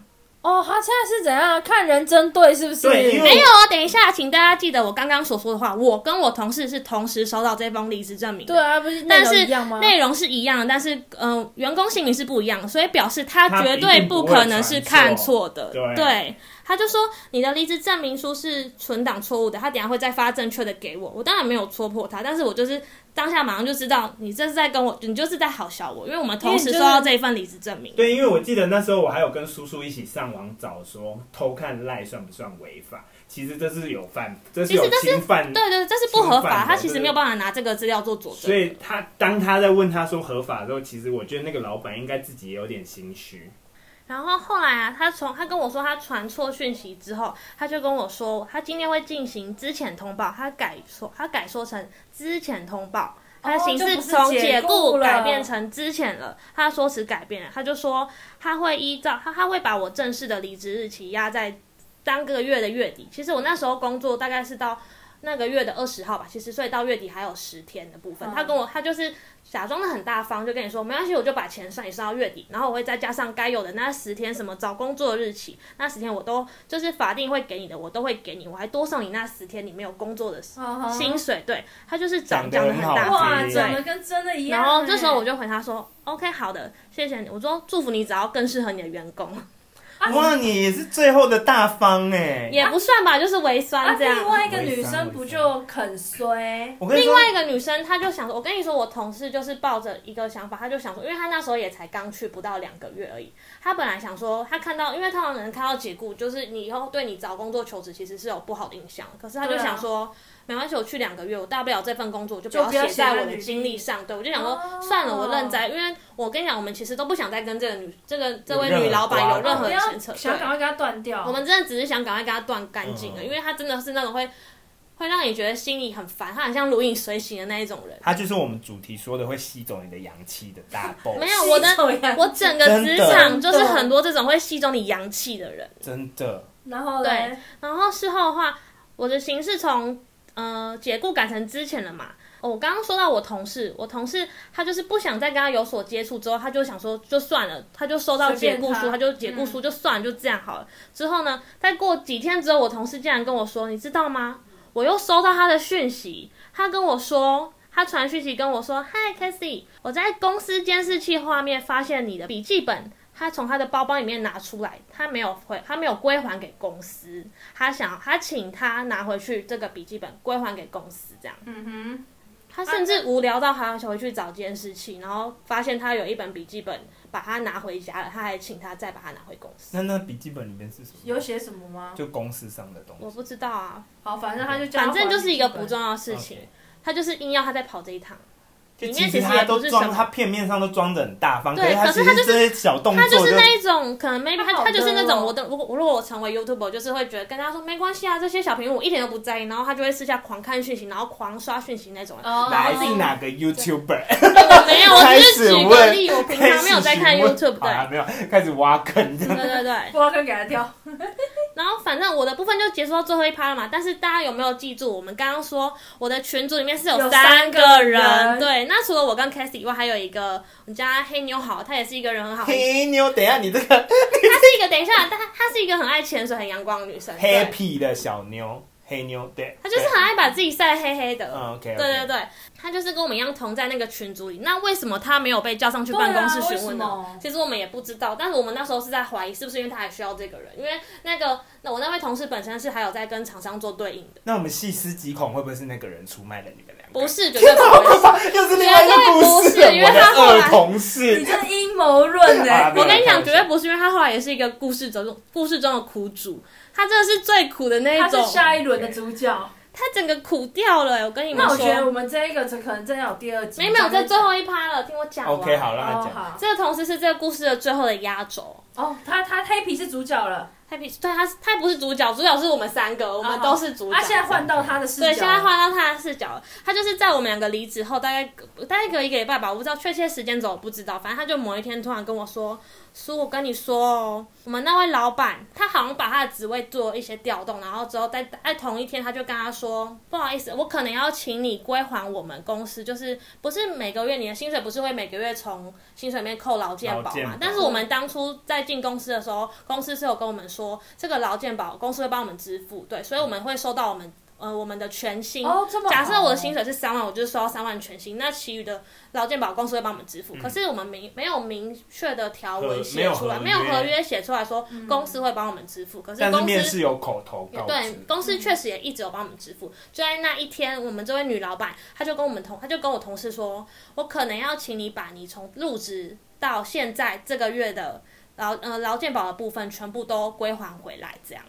S2: 哦，他现在是怎样看人针对是不是？
S1: 对因为
S3: 没有哦，等一下，请大家记得我刚刚所说的话，我跟我同事是同时收到这封离职证明的。
S2: 对啊，不是内
S3: 但
S2: 容
S3: 是
S2: 一样吗？
S3: 内容是一样的，但是嗯、呃员工姓名是不一样的，所以表示他
S1: 他
S3: 绝
S1: 一
S3: 对
S1: 定不会
S3: 可能是看
S1: 传
S3: 错的。
S1: 对
S3: 他就说你的离职证明书是存档错误的，他等一下会再发正确的给我。我当然没有戳破他，但是我就是当下马上就知道你这是在跟我，你就是在好笑我，因为我们同时收到这一份离职证明。
S1: 对，因为我记得那时候我还有跟叔叔一起上网找说偷看赖算不算违法？其实这是有犯，这是有
S3: 其实这是
S1: 侵犯。
S3: 对对，这是不合
S1: 侵犯
S3: 法，
S1: 的
S3: 他其实
S1: 对
S3: 没有办法拿这个资料做佐证。
S1: 所以他当他在问他说合法的时候，其实我觉得那个老板应该自己也有点心虚。
S3: 然后后来啊，他从他跟我说他传错讯息之后，他就跟我说他今天会进行资遣通报，他改说他改说成资遣通报，他的形
S2: 哦就
S3: 式
S2: 不是
S3: 从
S2: 解
S3: 解
S2: 雇
S3: 雇
S2: 了
S3: 改变成资遣了，他的说辞改变了，他就说他会依照他他会把我正式的离职日期压在当个月的月底。其实我那时候工作大概是到那个月的二十号吧，其实所以到月底还有十天的部分。
S2: 嗯
S3: 他跟我他就是假装的很大方，就跟你说没关系，我就把钱算你算到月底，然后我会再加上该有的那十天什么找工作的日期，那十天我都就是法定会给你的，我都会给你，我还多送你那十天你没有工作的
S2: 嗯哼
S3: 薪水。对他就是讲
S1: 讲得
S3: 讲的
S1: 很
S3: 很
S1: 好
S3: 大
S1: 听
S3: 方，
S2: 哇，
S1: 对
S2: 长得跟真的一样。
S3: 然后这时候我就回他说：“OK，好哦的，谢谢你。”我说：“祝福你找到更适合你的员工，
S1: 哇，你也是最后的大方哎、
S3: 也不算吧，就是微
S2: 啊，
S3: 酸这样。
S2: 另外一个女生不就肯衰？
S1: 我跟你
S3: 另
S1: 说，
S3: 外一个女生，她就想说，我跟你说，我同事就是抱着一个想法，她就想说，因为哎她那时候也才刚去不到两个月而已，她本来想说，她看到，因为通常人看到解雇，就是你以后对你找工作求职其实是有不好的影响，可是她就
S2: 对啊
S3: 想说，没关系，我去两个月，我大不了这份工作我就不
S2: 就
S3: 要
S2: 不要
S3: 写在
S2: 写在
S3: 我的
S2: 履历
S3: 经历上，对我就想说，
S2: 哦
S3: 算了，我认栽，因为我跟你讲，我们其实都不想再跟这个女这个这位
S1: 有任何
S3: 女老板
S1: 瓜
S3: 有
S1: 葛
S3: 任何
S2: 哦不
S3: 的
S2: 要
S3: 牵扯，
S2: 想
S3: 对
S2: 赶快给他断掉。
S3: 我们真的只是想赶快跟他断干净了，
S1: 嗯
S3: 因为他真的是那种会会让你觉得心里很烦，他很像如影随形的那一种人。
S1: 他就是我们主题说的会吸走你的阳气的 大 boss，
S3: 没有我的
S2: 吸走阳气
S3: 我整个职场
S2: 真的
S3: 就是很多这种会吸走你阳气的人。
S1: 真的
S2: 然后
S3: 对
S2: 嘞，
S3: 然后事后的话，我的形式从呃解雇改成之前了嘛。哦我刚刚说到我同事，我同事他就是不想再跟他有所接触，之后他就想说就算了，他就收到
S2: 随
S3: 解
S2: 便
S3: 雇书，
S2: 他嗯
S3: 他就解雇书就算了，就这样好了。之后呢，再过几天之后，我同事竟然跟我说，你知道吗？我又收到他的讯息，他跟我说，他传讯息跟我说：“嗨 c a s s y 我在公司监视器画面发现你的笔记本，他从他的包包里面拿出来，他没有回，他没有归还给公司，他想他请他拿回去这个笔记本归还给公司，这样。”
S2: 嗯
S3: 他甚至无聊到还回去找监视器，然后发现他有一本笔记本，把它拿回家了，他还请他再把它拿回公司。
S1: 那那笔记本里面是什么
S2: 哼，？有写什么吗？
S1: 就公司上的东
S3: 我
S1: 西，
S3: 不知道啊，
S2: 好，反正他就叫他
S3: 反正就是一个
S2: 还
S3: 不重要的事情
S1: OK，
S3: 他就是硬要他再跑这一趟。
S1: 就
S3: 里面
S1: 其
S3: 其
S1: 实
S3: 实
S1: 他
S3: 也不
S1: 都
S3: 是什
S1: 装，
S3: 么
S1: 他片面上都装的很大方，
S3: 对
S1: 是他
S3: 可
S1: 其
S3: 是他
S1: 实这些小动
S3: 他
S1: 作
S3: 就是
S1: 就
S3: 那一种，可能 maybe
S2: 他
S3: 他
S2: 好
S3: 他就是那
S2: 的
S3: 种
S2: 哦
S3: 我的，如果如果我成为 YouTuber，就是会觉得跟他说没关系啊，这些小屏幕我一点都不在意，然后他就会私下狂看讯息，然后狂刷讯息那种人。
S2: 哦
S1: 来自哪个 YouTuber？
S3: 我没有，我
S1: 开
S3: 只是
S1: 始
S3: 举个
S1: 问
S3: 例，我平
S1: 开
S3: 常没
S1: 始
S3: 有在看
S1: 询问啊
S3: YouTube，
S1: 好啦
S3: 对
S1: 没有开始挖坑这样。
S3: 对对对。
S2: 不知道该给他掉。
S3: 然后反正我的部分就结束到最后一趴了嘛。但是大家有没有记住，我们刚刚说我的群组里面是有
S2: 有
S3: 三
S2: 三
S3: 个
S2: 个
S3: 人，
S2: 人
S3: 对。那除了我跟 Cassie 以外，还有一个我们家黑妞好，她也是一个 人 很好，她
S1: 黑妞，等一下你这个
S3: 是一个等一下，她她是一个很爱潜水、很阳光的女生，对。
S1: happy 的小妞，黑妞，对，
S3: 她就是很爱把自己晒黑黑的。
S1: 嗯，OK，,
S3: 对对对，他就是跟我们一样同在那个群组里。那为什么他没有被叫上去办公室询问
S2: 对啊为
S3: 呢
S2: 什么？
S3: 其实我们也不知道，但是我们那时候是在怀疑是不是因为他还需要这个人，因为那个那我那位同事本身是还有在跟厂商做对应的，
S1: 那我们细思极恐，会不会是那个人出卖了你们两个？
S3: 不是绝对不会 是。
S1: 又是另外一个故事，
S3: 绝对不是因为
S1: 我的
S3: 他后来
S1: 二同
S2: 你
S1: 事。
S2: 这阴谋论
S1: 好啦
S2: 哎
S1: 没！有
S3: 我跟你
S1: 开
S3: 讲，
S1: 玩
S3: 绝
S1: 笑
S3: 对不是，因为他后来也是一个故事中故事中的苦主，他真的是最苦的那
S2: 他
S3: 一
S2: 是
S3: 种，
S2: 下一轮的主角，
S3: 他整个苦掉了、我跟你们
S2: 那我
S3: 说，
S2: 觉得我们这一个可能真的有第二集。
S3: 没有没有，在最后一趴了，听我讲完。
S1: OK，好，让他
S2: 哦
S1: 讲。
S2: 好
S3: 这个同时是这个故事的最后的压轴。
S2: 哦，他他黑皮是主角了，
S3: 太皮，对他是他不是主角，主角是我们三个，我们都是主角。
S2: 啊，现在换到他的视角，
S3: 对，现在换到他的视角了。他就是在我们两个离职后，大概大概隔一个礼拜吧，我不知道确切时间轴，我不知道。反正他就某一天突然跟我说：“叔，我跟你说哦，我们那位老板，他好像把他的职位做一些调动，然后之后在在同一天，他就跟他说，不好意思，我可能要请你归还我们公司，就是不是每个月你的薪水不是会每个月从薪水里面扣劳健保
S1: 劳健
S3: 嘛
S1: 保？
S3: 但是我们当初在进公司的时候，公司是有跟我们说，这个劳健保公司会帮我们支付，对，所以我们会收到我们呃我们的全薪。
S2: 哦，这么好
S3: 假设我的薪水是三万，我就收到三万全薪，那其余的劳健保公司会帮我们支
S1: 嗯
S3: 付。可是我们明没有明确的条文
S1: 合
S3: 写出来，
S1: 没
S3: 没
S1: 有
S3: 有
S1: 合约
S3: 合约写出来说
S2: 嗯
S3: 公司会帮我们支付，可是
S1: 但是
S3: 公
S1: 面
S3: 司。
S1: 试有口头告
S3: 对
S1: 知，，
S3: 公司确实也一直有帮我们支付。就在那一天，我们这位女老板，她就跟我们同，她就跟我同事说，我可能要请你把你从入职到现在这个月的劳呃劳健保的部分全部都归还回来，这样。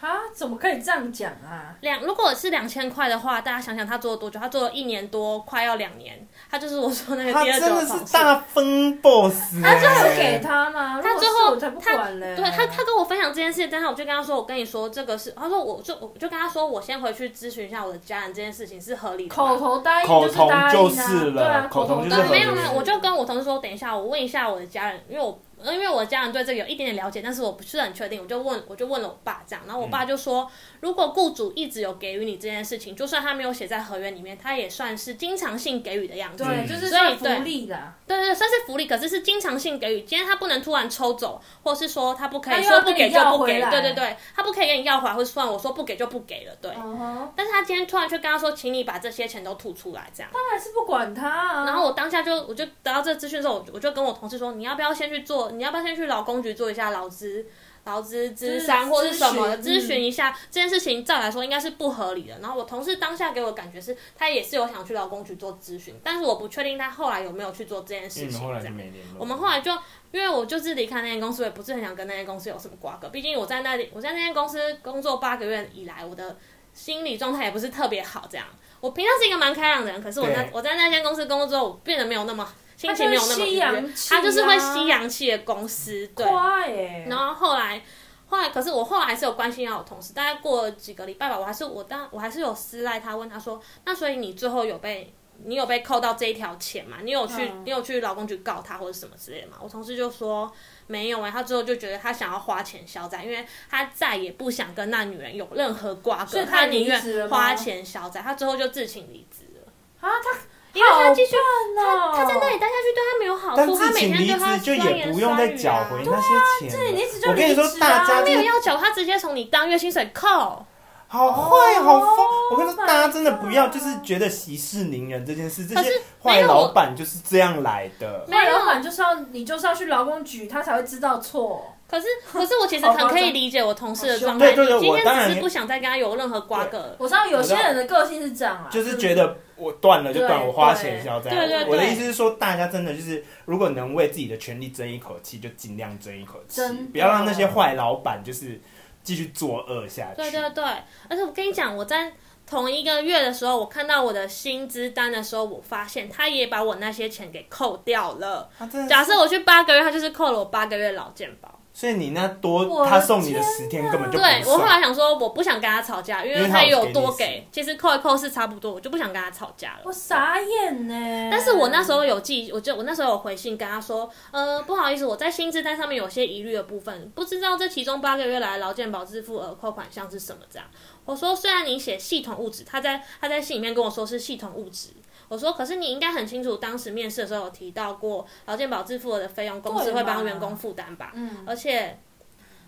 S2: 啊，怎么可以这样讲啊？
S3: 两如果是两千块的话，大家想想他做了多久？他做了一年多，快要两年。他就是我说那个
S1: 他
S3: 第二
S1: 真
S3: 种
S1: 的
S3: 方
S1: 是
S3: 式。
S1: 大疯 boss，
S2: 他最后
S1: 欸
S2: 给他吗？
S3: 他
S2: 如果
S3: 最
S2: 是
S3: 后
S2: 我才不管
S1: 嗯
S2: 嘞。
S3: 对他，他跟我分享这件事，但是我就跟他说，我跟你说这个是，他说我就我就跟他说，我先回去咨询一下我的家人，这件事情是合理的吗。
S2: 口头答应
S1: 口
S2: 是
S1: 头
S2: 答应
S1: 就
S2: 啊，
S1: 是了
S2: 对啊，
S1: 口头
S2: 头
S1: 就
S2: 答
S1: 是
S2: 应
S3: 对，
S1: 合
S3: 没
S1: 理
S3: 有没
S1: 的
S3: 有，我就跟我同事说，等一下我问一下我的家人，因为我呃因为我的家人对这个有一点点了解，但是我不是很确定，我就问我就问了我爸这样，然后我爸就说，如果雇主一直有给予你这件事情，就算他没有写在合约里面，他也算是经常性给予的样子。
S2: 对，
S1: 嗯
S2: 就是
S3: 所以
S2: 算福
S3: 对
S2: 利的，
S3: 对对对，算是福利，可是是经常性给予。今天他不能突然抽走，或是说他不可
S2: 他
S3: 以
S2: 又要跟
S3: 说不
S2: 你
S3: 给就
S2: 要
S3: 不
S2: 回
S3: 给，
S2: 来
S3: 对对对，他不可以跟你要回来，或是突然我说不给就不给了，对。
S2: 嗯哼，
S3: 但是他今天突然就跟他说，请你把这些钱都吐出来，这样。
S2: 当然是不管他啊。
S3: 然后我当下就我就得到这资讯之后，我就我就跟我同事说，你要不要先去做？你要不要先去劳工局做一下劳资劳资嗯咨商
S2: 咨
S3: 或是什么
S2: 咨询
S3: 咨询一下、这件事情？照来说应该是不合理的。然后我同事当下给我感觉是，他也是有想去劳工局做咨询，但是我不确定他后来有没有去做这件
S1: 你
S3: 事
S1: 们嗯
S3: 情。
S1: 后来
S3: 这
S1: 就
S3: 样，
S1: 没联络。
S3: 我们后来就因为我就是离开那间公司，我也不是很想跟那间公司有什么瓜葛。毕竟我在那里，我在那间公司工作八个月以来，我的心理状态也不是特别好。这样，我平常是一个蛮开朗的人，可是我那
S1: 对
S3: 我在那间公司工作之后，我变得没有那么心情没有那么愉悦
S2: 他就是吸阳气啊
S3: 他就是会吸阳气的公司，对。
S2: 快耶，
S3: 然后后来，后来可是我后来还是有关心到我同事，大概过了几个礼拜吧，我还是我当我还是有私赖他，问他说，那所以你最后有被你有被扣到这一条钱吗？你有去、
S2: 嗯
S3: 你有去劳工局告他或者什么之类的吗？我同事就说没有哎、他最后就觉得他想要花钱消灾，因为他再也不想跟那女人有任何瓜
S2: 所
S3: 葛，
S2: 以他
S3: 宁
S2: 离职
S3: 愿
S2: 了吗
S3: 花钱消灾，他最后就自请离职了。
S2: 啊，他哦
S3: 因为他继续，
S2: 他
S3: 他在那里待下去对他没有好
S1: 但
S3: 处，哦他
S1: 自
S3: 每
S1: 请
S3: 天
S1: 离
S3: 对他
S1: 职就
S3: 酸
S1: 也
S3: 言
S1: 不用再
S3: 酸语
S1: 缴
S3: 啊
S1: 回那些钱
S2: 这离职就
S1: 了。我跟你说
S2: 离，职啊
S1: 大家
S3: 没
S1: 真
S3: 有
S1: 的
S3: 要缴，他直接从你当月薪水扣。
S1: 好坏好疯
S3: 哦
S2: Oh
S1: 我跟你说，
S2: my
S1: 大家真的不要
S2: God
S1: 就是觉得息事宁人这件事，这
S3: 可是
S1: 些坏
S3: 没有
S1: 老
S3: 我
S1: 板就是这样来的。
S3: 没有
S2: 那老板就是要你就是要去劳工局，他才会知道错。
S3: 可是，可是我其实很可以理解我同事的状态。
S1: 对对对
S3: 你今
S1: 我当然
S3: 天只是不想再跟他有任何瓜葛。
S2: 我知道有些人的个性是这样啊，
S1: 就是觉得我断了就断，
S2: 对
S1: 我花钱消灾。
S3: 嗯对对对
S1: 我的意思是说，大家真的就是，如果能为自己的权利争一口气，就尽量争一口气
S2: 真，的
S1: 不要让那些坏老板就是继续作恶下去。
S3: 对对对，而且我跟你讲，我在同一个月的时候，我看到我的薪资单的时候，我发现他也把我那些钱给扣掉了。
S1: 他啊真的
S3: 假设我去八个月，他就是扣了我八个月老健保。
S1: 所以你那
S2: 我
S1: 多
S2: 的
S1: 他送你的十天根本就不
S3: 对我后来
S1: 算。
S3: 想说，我不想跟他吵架，因
S1: 因
S3: 为
S1: 为他
S3: 他
S1: 有
S3: 有多
S1: 给你
S3: 给，其实扣一扣是差不多，我就不想跟他吵架了。
S2: 我傻眼呢。
S3: 但是我那时候有记，我就我那时候有回信跟他说，呃，不好意思，我在薪资单上面有些疑虑的部分，不知道这其中八个月来劳健保支付额扣款项是什么。这样，我说虽然你写系统物质，他在他在信里面跟我说是系统物质。我说，可是你应该很清楚，当时面试的时候有提到过，劳健保支付额的费用公司
S2: 对
S3: 会
S2: 嘛
S3: 帮员工负担吧？
S2: 嗯，
S3: 而且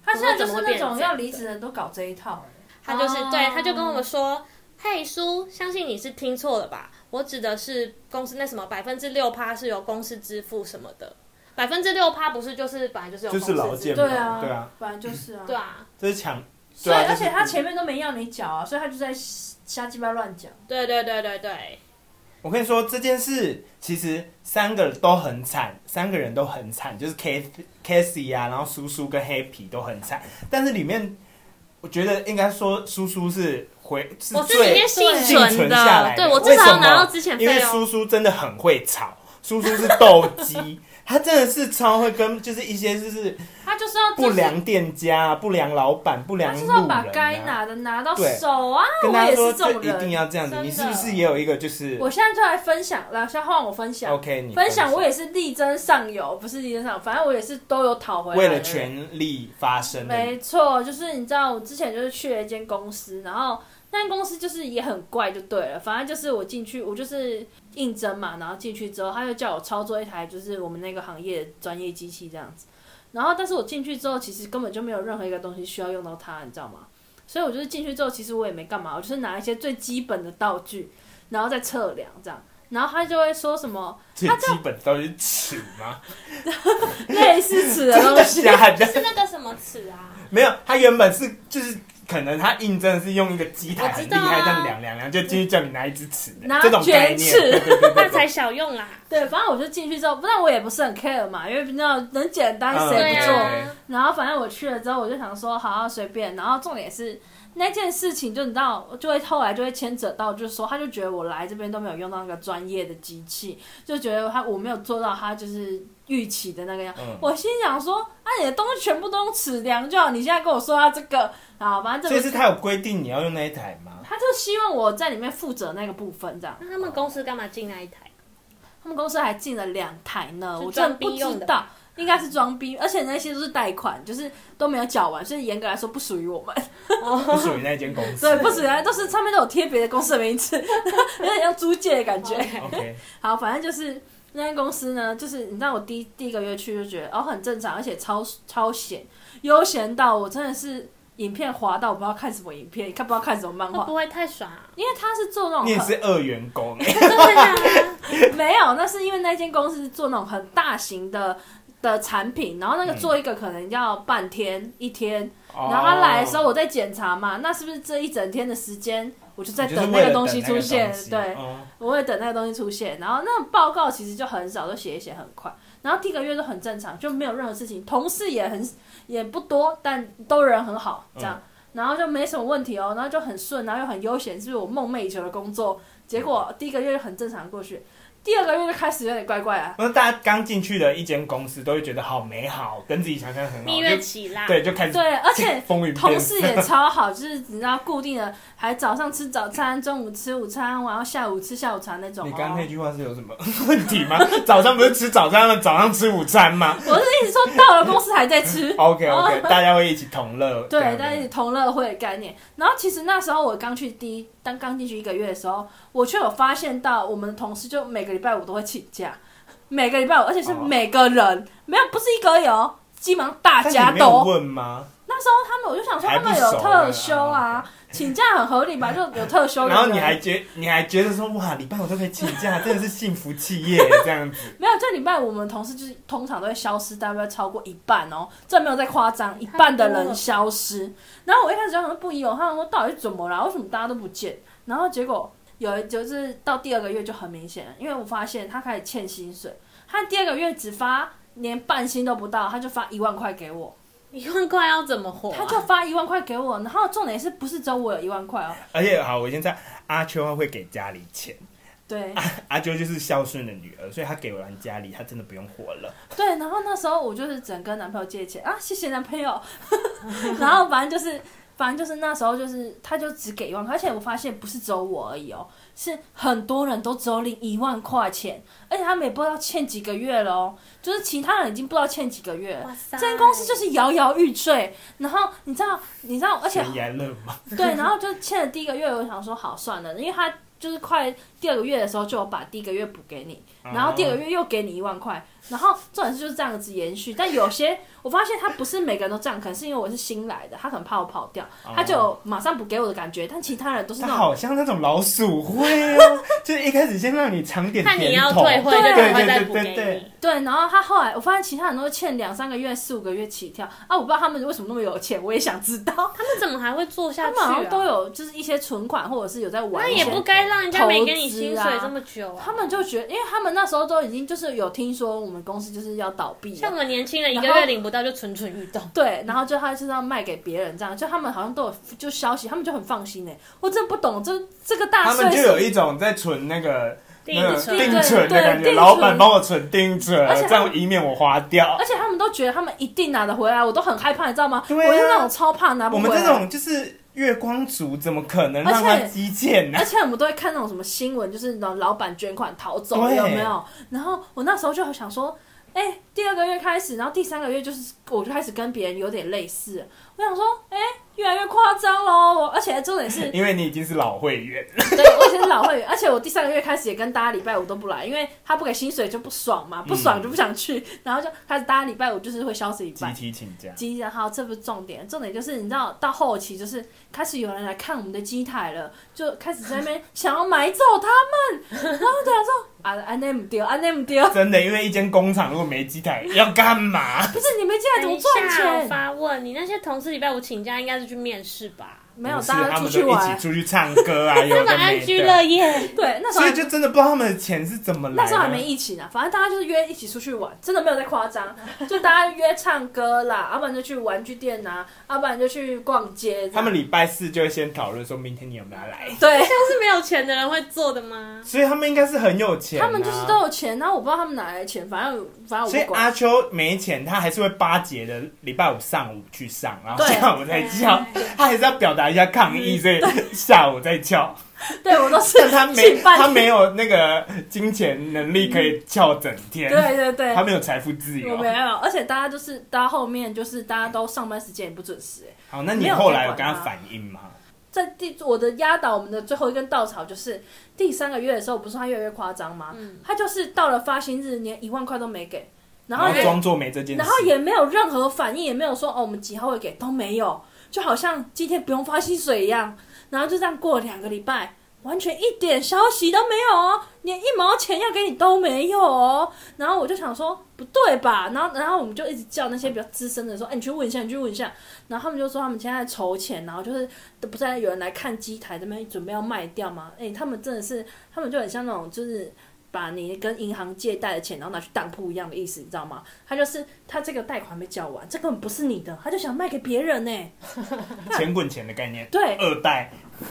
S2: 他现在就是那
S3: 我怎么会变
S2: 种
S3: 这样
S2: 要离职的人都搞这一套。
S3: 他就是、
S2: 哦
S3: 对，他就跟我们说，嘿，叔，相信你是听错了吧？我指的是公司那什么百分之六趴是由公司支付什么的，百分之六趴不是就是本来就是由
S1: 就
S3: 公
S1: 是
S3: 司
S1: 劳
S3: 支
S1: 健
S3: 付
S1: 保，
S2: 对啊，
S1: 对啊，
S2: 本来就是啊，
S3: 对啊，
S1: 这是强，
S2: 所以
S1: 对啊
S2: 而
S1: 就
S2: 且
S1: 是
S2: 他前面都没要你缴啊，所以他就在瞎鸡巴乱讲。
S3: 对对对对对，
S1: 我跟你说这件事，其实三个都很惨，三个人都很惨，就是 K Casey 啊，然后叔叔跟 Happy 都很惨，但是里面我觉得应该说叔叔是回是
S3: 我是直
S1: 最
S3: 接幸
S1: 幸
S3: 存
S1: 存下来
S3: 的，
S1: 的
S3: 对我至少
S1: 为什
S3: 要
S1: 么
S3: 拿到之
S2: 哦
S3: 前费
S1: 因为
S3: 用。
S1: 叔叔真的很会吵，叔叔是斗 鸡，他真的是超会跟就是一些就是
S2: 他就是要
S1: 不
S2: 就是
S1: 良店家 啊、不良老板、不
S2: 他
S1: 良路
S2: 就是
S1: 人、啊
S2: 要、把该拿的拿到
S1: 对
S2: 手啊！
S1: 跟
S2: 我
S1: 他
S2: 也
S1: 说
S2: 是这
S1: 这
S2: 种
S1: 一定
S2: 人。啊
S1: 要这样子，
S3: 真的
S1: 你是不是也有一个就是
S2: 我现在就来分享，来先换我分享。
S1: OK 哦你
S2: 分享我也是力争上游，不是力争上游，反正我也是都有讨回来的
S1: 为
S2: 人。
S1: 了权力发声的
S2: 没错，就是你知道，我之前就是去了一间公司，然后那间公司就是也很怪，就对了。反正就是我进去，我就是应征嘛，然后进去之后，他就叫我操作一台就是我们那个行业的专业机器这样子。然后，但是我进去之后，其实根本就没有任何一个东西需要用到它，你知道吗？所以我就是进去之后，其实我也没干嘛，我就是拿一些最基本的道具，然后再测量这样。然后他就会说什么
S1: 最基本都是尺吗？
S2: 类似此的
S1: 真
S2: 东
S1: 的
S2: 西，
S1: 假的？
S3: 是那个什么尺 啊？
S1: 没有，他原本是就是可能他印证是用一个机台
S3: 我
S1: 很厉
S3: 知道啊
S1: 害，这样量量量，就进去叫你拿一支尺的
S2: 拿
S1: 这种概
S2: 卷
S1: 念。
S2: 尺。
S3: 那才小用啦。
S1: 啊
S2: 对，反正我就进去之后，不然我也不是很 care 嘛，因为你知道能简单
S1: 嗯
S2: 谁
S3: 对
S2: 不
S1: 啊
S2: 做？
S3: 呀，
S2: 然后反正我去了之后，我就想说好好啊随便。然后重点是那件事情，就你知道，就会后来就会牵扯到，就是说他就觉得我来这边都没有用到那个专业的机器，就觉得他我没有做到他就是预期的那个样。
S1: 嗯
S2: 我心想说，啊，你的东西全部都用尺量就好，你现在跟我说到这个，啊，反正
S1: 所
S2: 这
S1: 以
S2: 个
S1: 是他有规定你要用那一台吗？
S2: 他就希望我在里面负责那个部分这样。
S3: 那他们公司干嘛进那一台？
S2: 他们公司还进了两台呢，
S3: 是
S2: 我真的
S3: 装逼
S2: 不
S3: 用
S2: 知
S3: 的
S2: 道，应该是装逼，而且那些都是贷款，就是都没有缴完，所以严格来说不属于我们，
S1: 不属于那间公司。
S2: 对，不属于，都是上面都有贴别的公司的名 字，有点像租借的感觉。
S1: OK，
S2: 好，反正就是那间公司呢，就是你知道我第一第一个月去就觉得哦很正常，而且超超闲，悠闲到我真的是影片滑到我不知道看什么影片，看不知道看什么漫
S3: 会
S2: 画，
S3: 不会太爽啊？
S2: 因为他是做那种
S1: 你也
S2: 很
S1: 是二员工欸
S3: 对啊，
S2: 没有，那是因为那间公司是做那种很大型的的产品，然后那个做一个可能要半天、一天，
S1: 哦
S2: 然后他来的时候我在检查嘛，那是不是这一整天的时间我就在
S1: 你就是
S2: 等
S1: 为
S2: 那
S1: 了
S2: 个东西出现
S1: 等那个东？西
S2: 对，
S1: 嗯
S2: 我会等那个东西出现，然后那种报告其实就很少，都写一写很快，然后第一个月都很正常，就没有任何事情，同事也很也不多，但都人很好，这样，然后就没什么问题哦，然后就很顺，然后又很悠闲，是我梦寐以求的工作。结果第一个月就很正常过去，第二个月就开始有点怪怪啊，
S1: 那大家刚进去的一间公司都会觉得好美好，跟自己想象很好，
S3: 蜜月
S1: 就
S3: 期啊啦。
S1: 对，就开始
S2: 对，而且
S1: 风云
S2: 同
S1: 变
S2: 事也超好，就是你知道固定的，还早上吃早餐，中午吃午餐，然后下午吃下午茶那种、哦。
S1: 你刚刚那句话是有什么 问题吗？早上不是吃早餐吗？早上吃午餐吗
S2: 我是一直说到了公司还在吃。
S1: ？OK
S3: 哦
S1: OK，大 家会一起同乐。这
S2: 对，
S1: 样
S2: 但是同乐会的概念。然后其实那时候我刚去第一，当刚进去一个月的时候，我却有发现到我们的同事就每个礼拜五都会请假，每个礼拜五，而且是
S1: 哦
S2: 每个人，没有不是一个有，哦基本上大
S1: 但
S2: 家
S1: 你没有
S2: 都。
S1: 问吗？
S2: 那时候他们，我就想说他们有特休啊，请假很合理吧，就有特休的人。
S1: 然后你还觉你还觉得说哇，礼拜五都可以请假， 真的是幸福企业这样子。
S2: 没有，这礼拜我们同事就是通常都会消失，大概超过一半哦，这没有在夸张，一半的人消失。然嗯后我一开始就想说不一哦，他们说到底怎么了？为什么大家都不见？然后结果有一就是到第二个月就很明显了，因为我发现他开始欠薪水，他第二个月只发连半薪都不到，他就发一万块给我，
S3: 一万块要怎么活啊？
S2: 他就发一万块给我，然后重点是不是只有我有一万块哦？
S1: 而且好，我现在阿秋会给家里钱，
S2: 对。
S1: 阿秋就是孝顺的女儿，所以她给完家里，她真的不用活了。
S2: 对，然后那时候我就是只能跟男朋友借钱啊，谢谢男朋友。 然后反正就是，反正就是那时候就是，他就只给一万块，而且我发现不是只有我而已哦，是很多人都只有领一万块钱，而且他们也不知道欠几个月了哦，就是其他人已经不知道欠几个月了。
S3: 哇塞
S2: 这间公司就是摇摇欲坠，然后你知道，你知道，而且
S1: 悬崖勒 马，
S2: 对，然后就欠了第一个月，我想说好算了，因为
S3: 哦
S2: 他就是快第二个月的时候就有把第一个月补给你，然后第二个月又给你一万块，然后重点是就是这样子延续，但有些我发现他不是每个人都这样，可能是因为我是新来的，他可能怕我跑掉，他就
S3: 哦
S2: 马上不给我的感觉，但其他人都是
S1: 它
S2: 那种
S1: 啊好像那种老鼠会哦， 就是一开始先让你尝点
S3: 看你
S1: 甜
S3: 要
S1: 头，
S3: 退会
S2: 对
S3: 就赶快
S1: 对
S3: 再
S1: 对
S3: 补
S1: 对
S3: 给
S1: 对
S3: 你。
S2: 对，然后他后来我发现其他人都是欠两三个月、四五个月起跳啊，我不知道他们为什么那么有钱，我也想知道，
S3: 他们怎么还会做下
S2: 他
S3: 去、
S2: 们
S3: 啊？
S2: 好像都有就是一些存款或者是有在玩
S3: 那
S2: 一
S3: 也
S2: 些，
S3: 不该让人家没给你薪水这么久啊。
S2: 他们就觉得，因为他们那时候都已经就是有听说我们公司就是要倒闭了
S3: 像我们年轻人一个
S2: 然后嗯
S3: 月领不到就蠢蠢欲动，
S2: 对，然后就他就是要卖给别人，这样就他们好像都有就消息，他们就很放心哎、我真的不懂这这个大
S1: 他
S2: 岁
S1: 们就
S2: 数
S1: 有，一种在存那个那个
S3: 蠢
S1: 定存的
S2: 对
S1: 感觉，
S2: 定存
S1: 老板帮我存定存
S2: 而且，他
S1: 这样以免我花掉。
S2: 而且他们都觉得他们一定拿得回来，我都很害怕，你知道吗？
S1: 对啊
S2: 我是那种超怕拿不
S1: 我
S2: 回
S1: 们
S2: 来。
S1: 这种就是月光族，怎么可能让他
S2: 而且
S1: 积欠呢
S2: 而？且我们都会看那种什么新闻，就是老老板捐款逃走，
S1: 对
S2: 有没有？然后我那时候就很想说，哎、第二个月开始，然后第三个月就是我就开始跟别人有点类似，我想说，哎、越来越夸张喽。我而且重点是，
S1: 因为你已经是老会员，
S2: 对，我以前是老会员，而且我第三个月开始也跟大家礼拜五都不来，因为他不给薪水就不爽
S1: 嗯
S2: 嘛，不爽就不想去，然后就开始大家礼拜五就是会消失一
S1: 集
S2: 半。
S1: 体请假。
S2: 鸡，然后这不是重点，重点就是你知道到后期就是开始有人来看我们的机台了，就开始在那边想要买走他们，然后我就想说啊，安内不丢，安内不丢，
S1: 真的，因为一间工厂如果没机台，要干嘛？
S2: 不是你们进来怎么赚
S3: 等一
S1: 哎
S3: 下我
S2: 钱？
S3: 发问，你那些同事礼拜五请假应该是去面试吧？
S2: 没有，
S1: 不是
S2: 大家
S1: 他
S2: 出
S1: 们
S2: 去
S1: 就一起
S2: 玩。
S1: 出去唱歌 啊，有
S3: 他
S1: 的
S3: 们安
S1: 没
S3: 居乐
S1: 的，
S3: 业，
S2: 对，那时
S1: 所
S2: 候还
S1: 以就真的不知道他们的钱是怎么来的。
S2: 那时候还没疫情啊，反正大家就是约一起出去玩，真的没有在夸 张，就大家约唱歌啦，啊要、不然就去玩具店啊，要、不然就去逛街这样。
S1: 他们礼啊拜四就会先讨论说明天你有没有要来，
S2: 对，
S3: 这是没有钱的人会做的吗？
S1: 所以他们应该是很有钱啊、
S2: 他们就是都有钱，然后我不知道他们哪来的钱，反正反正啊我
S1: 所以
S2: 不管。
S1: 阿秋没钱，他还是会巴结的，礼拜五上午去上，然后
S2: 对
S1: 下午再翘，他还是要表达一下抗议，所以下午再翘。
S2: 对我都是
S1: 但啊 他没，
S2: 去半
S1: 他没有那个金钱能力可以翘整天，
S2: 对对对
S1: 他，没有财富自由
S2: 我。没有，而且大家就是大家后面就是大家都上班时间也不准时、欸，
S1: 好，那
S2: 没
S1: 你
S2: 有
S1: 后来有
S2: 在管
S1: 跟他
S2: 他
S1: 反映吗？
S2: 在第我的压倒我们的最后一根稻草就是第三个月的时候，不是他越来越夸张吗？
S3: 嗯，
S2: 他就是到了发薪日，连一万块都没给，然后
S1: 然后
S2: 也
S1: 装作没这件事，
S2: 然后也没有任何反应，也没有说哦我们几号会给，都没有，就好像今天不用发薪水一样。然后就这样过了两个礼拜，完全一点消息都没有哦，连一毛钱要给你都没有哦。然后我就想说不对吧，然后然后我们就一直叫那些比较资深的说，哎你去问一下，你去问一下。然后他们就说他们现在在筹钱，然后就是不是有人来看机台这边准备要卖掉吗？哎，他们真的是，他们就很像那种就是。把你跟银行借贷的钱，然后拿去当铺一样的意思，你知道吗？他就是他这个贷款还没缴完，这根本不是你的，他就想卖给别人呢、
S1: 钱滚钱的概念，
S2: 对，
S1: 二代、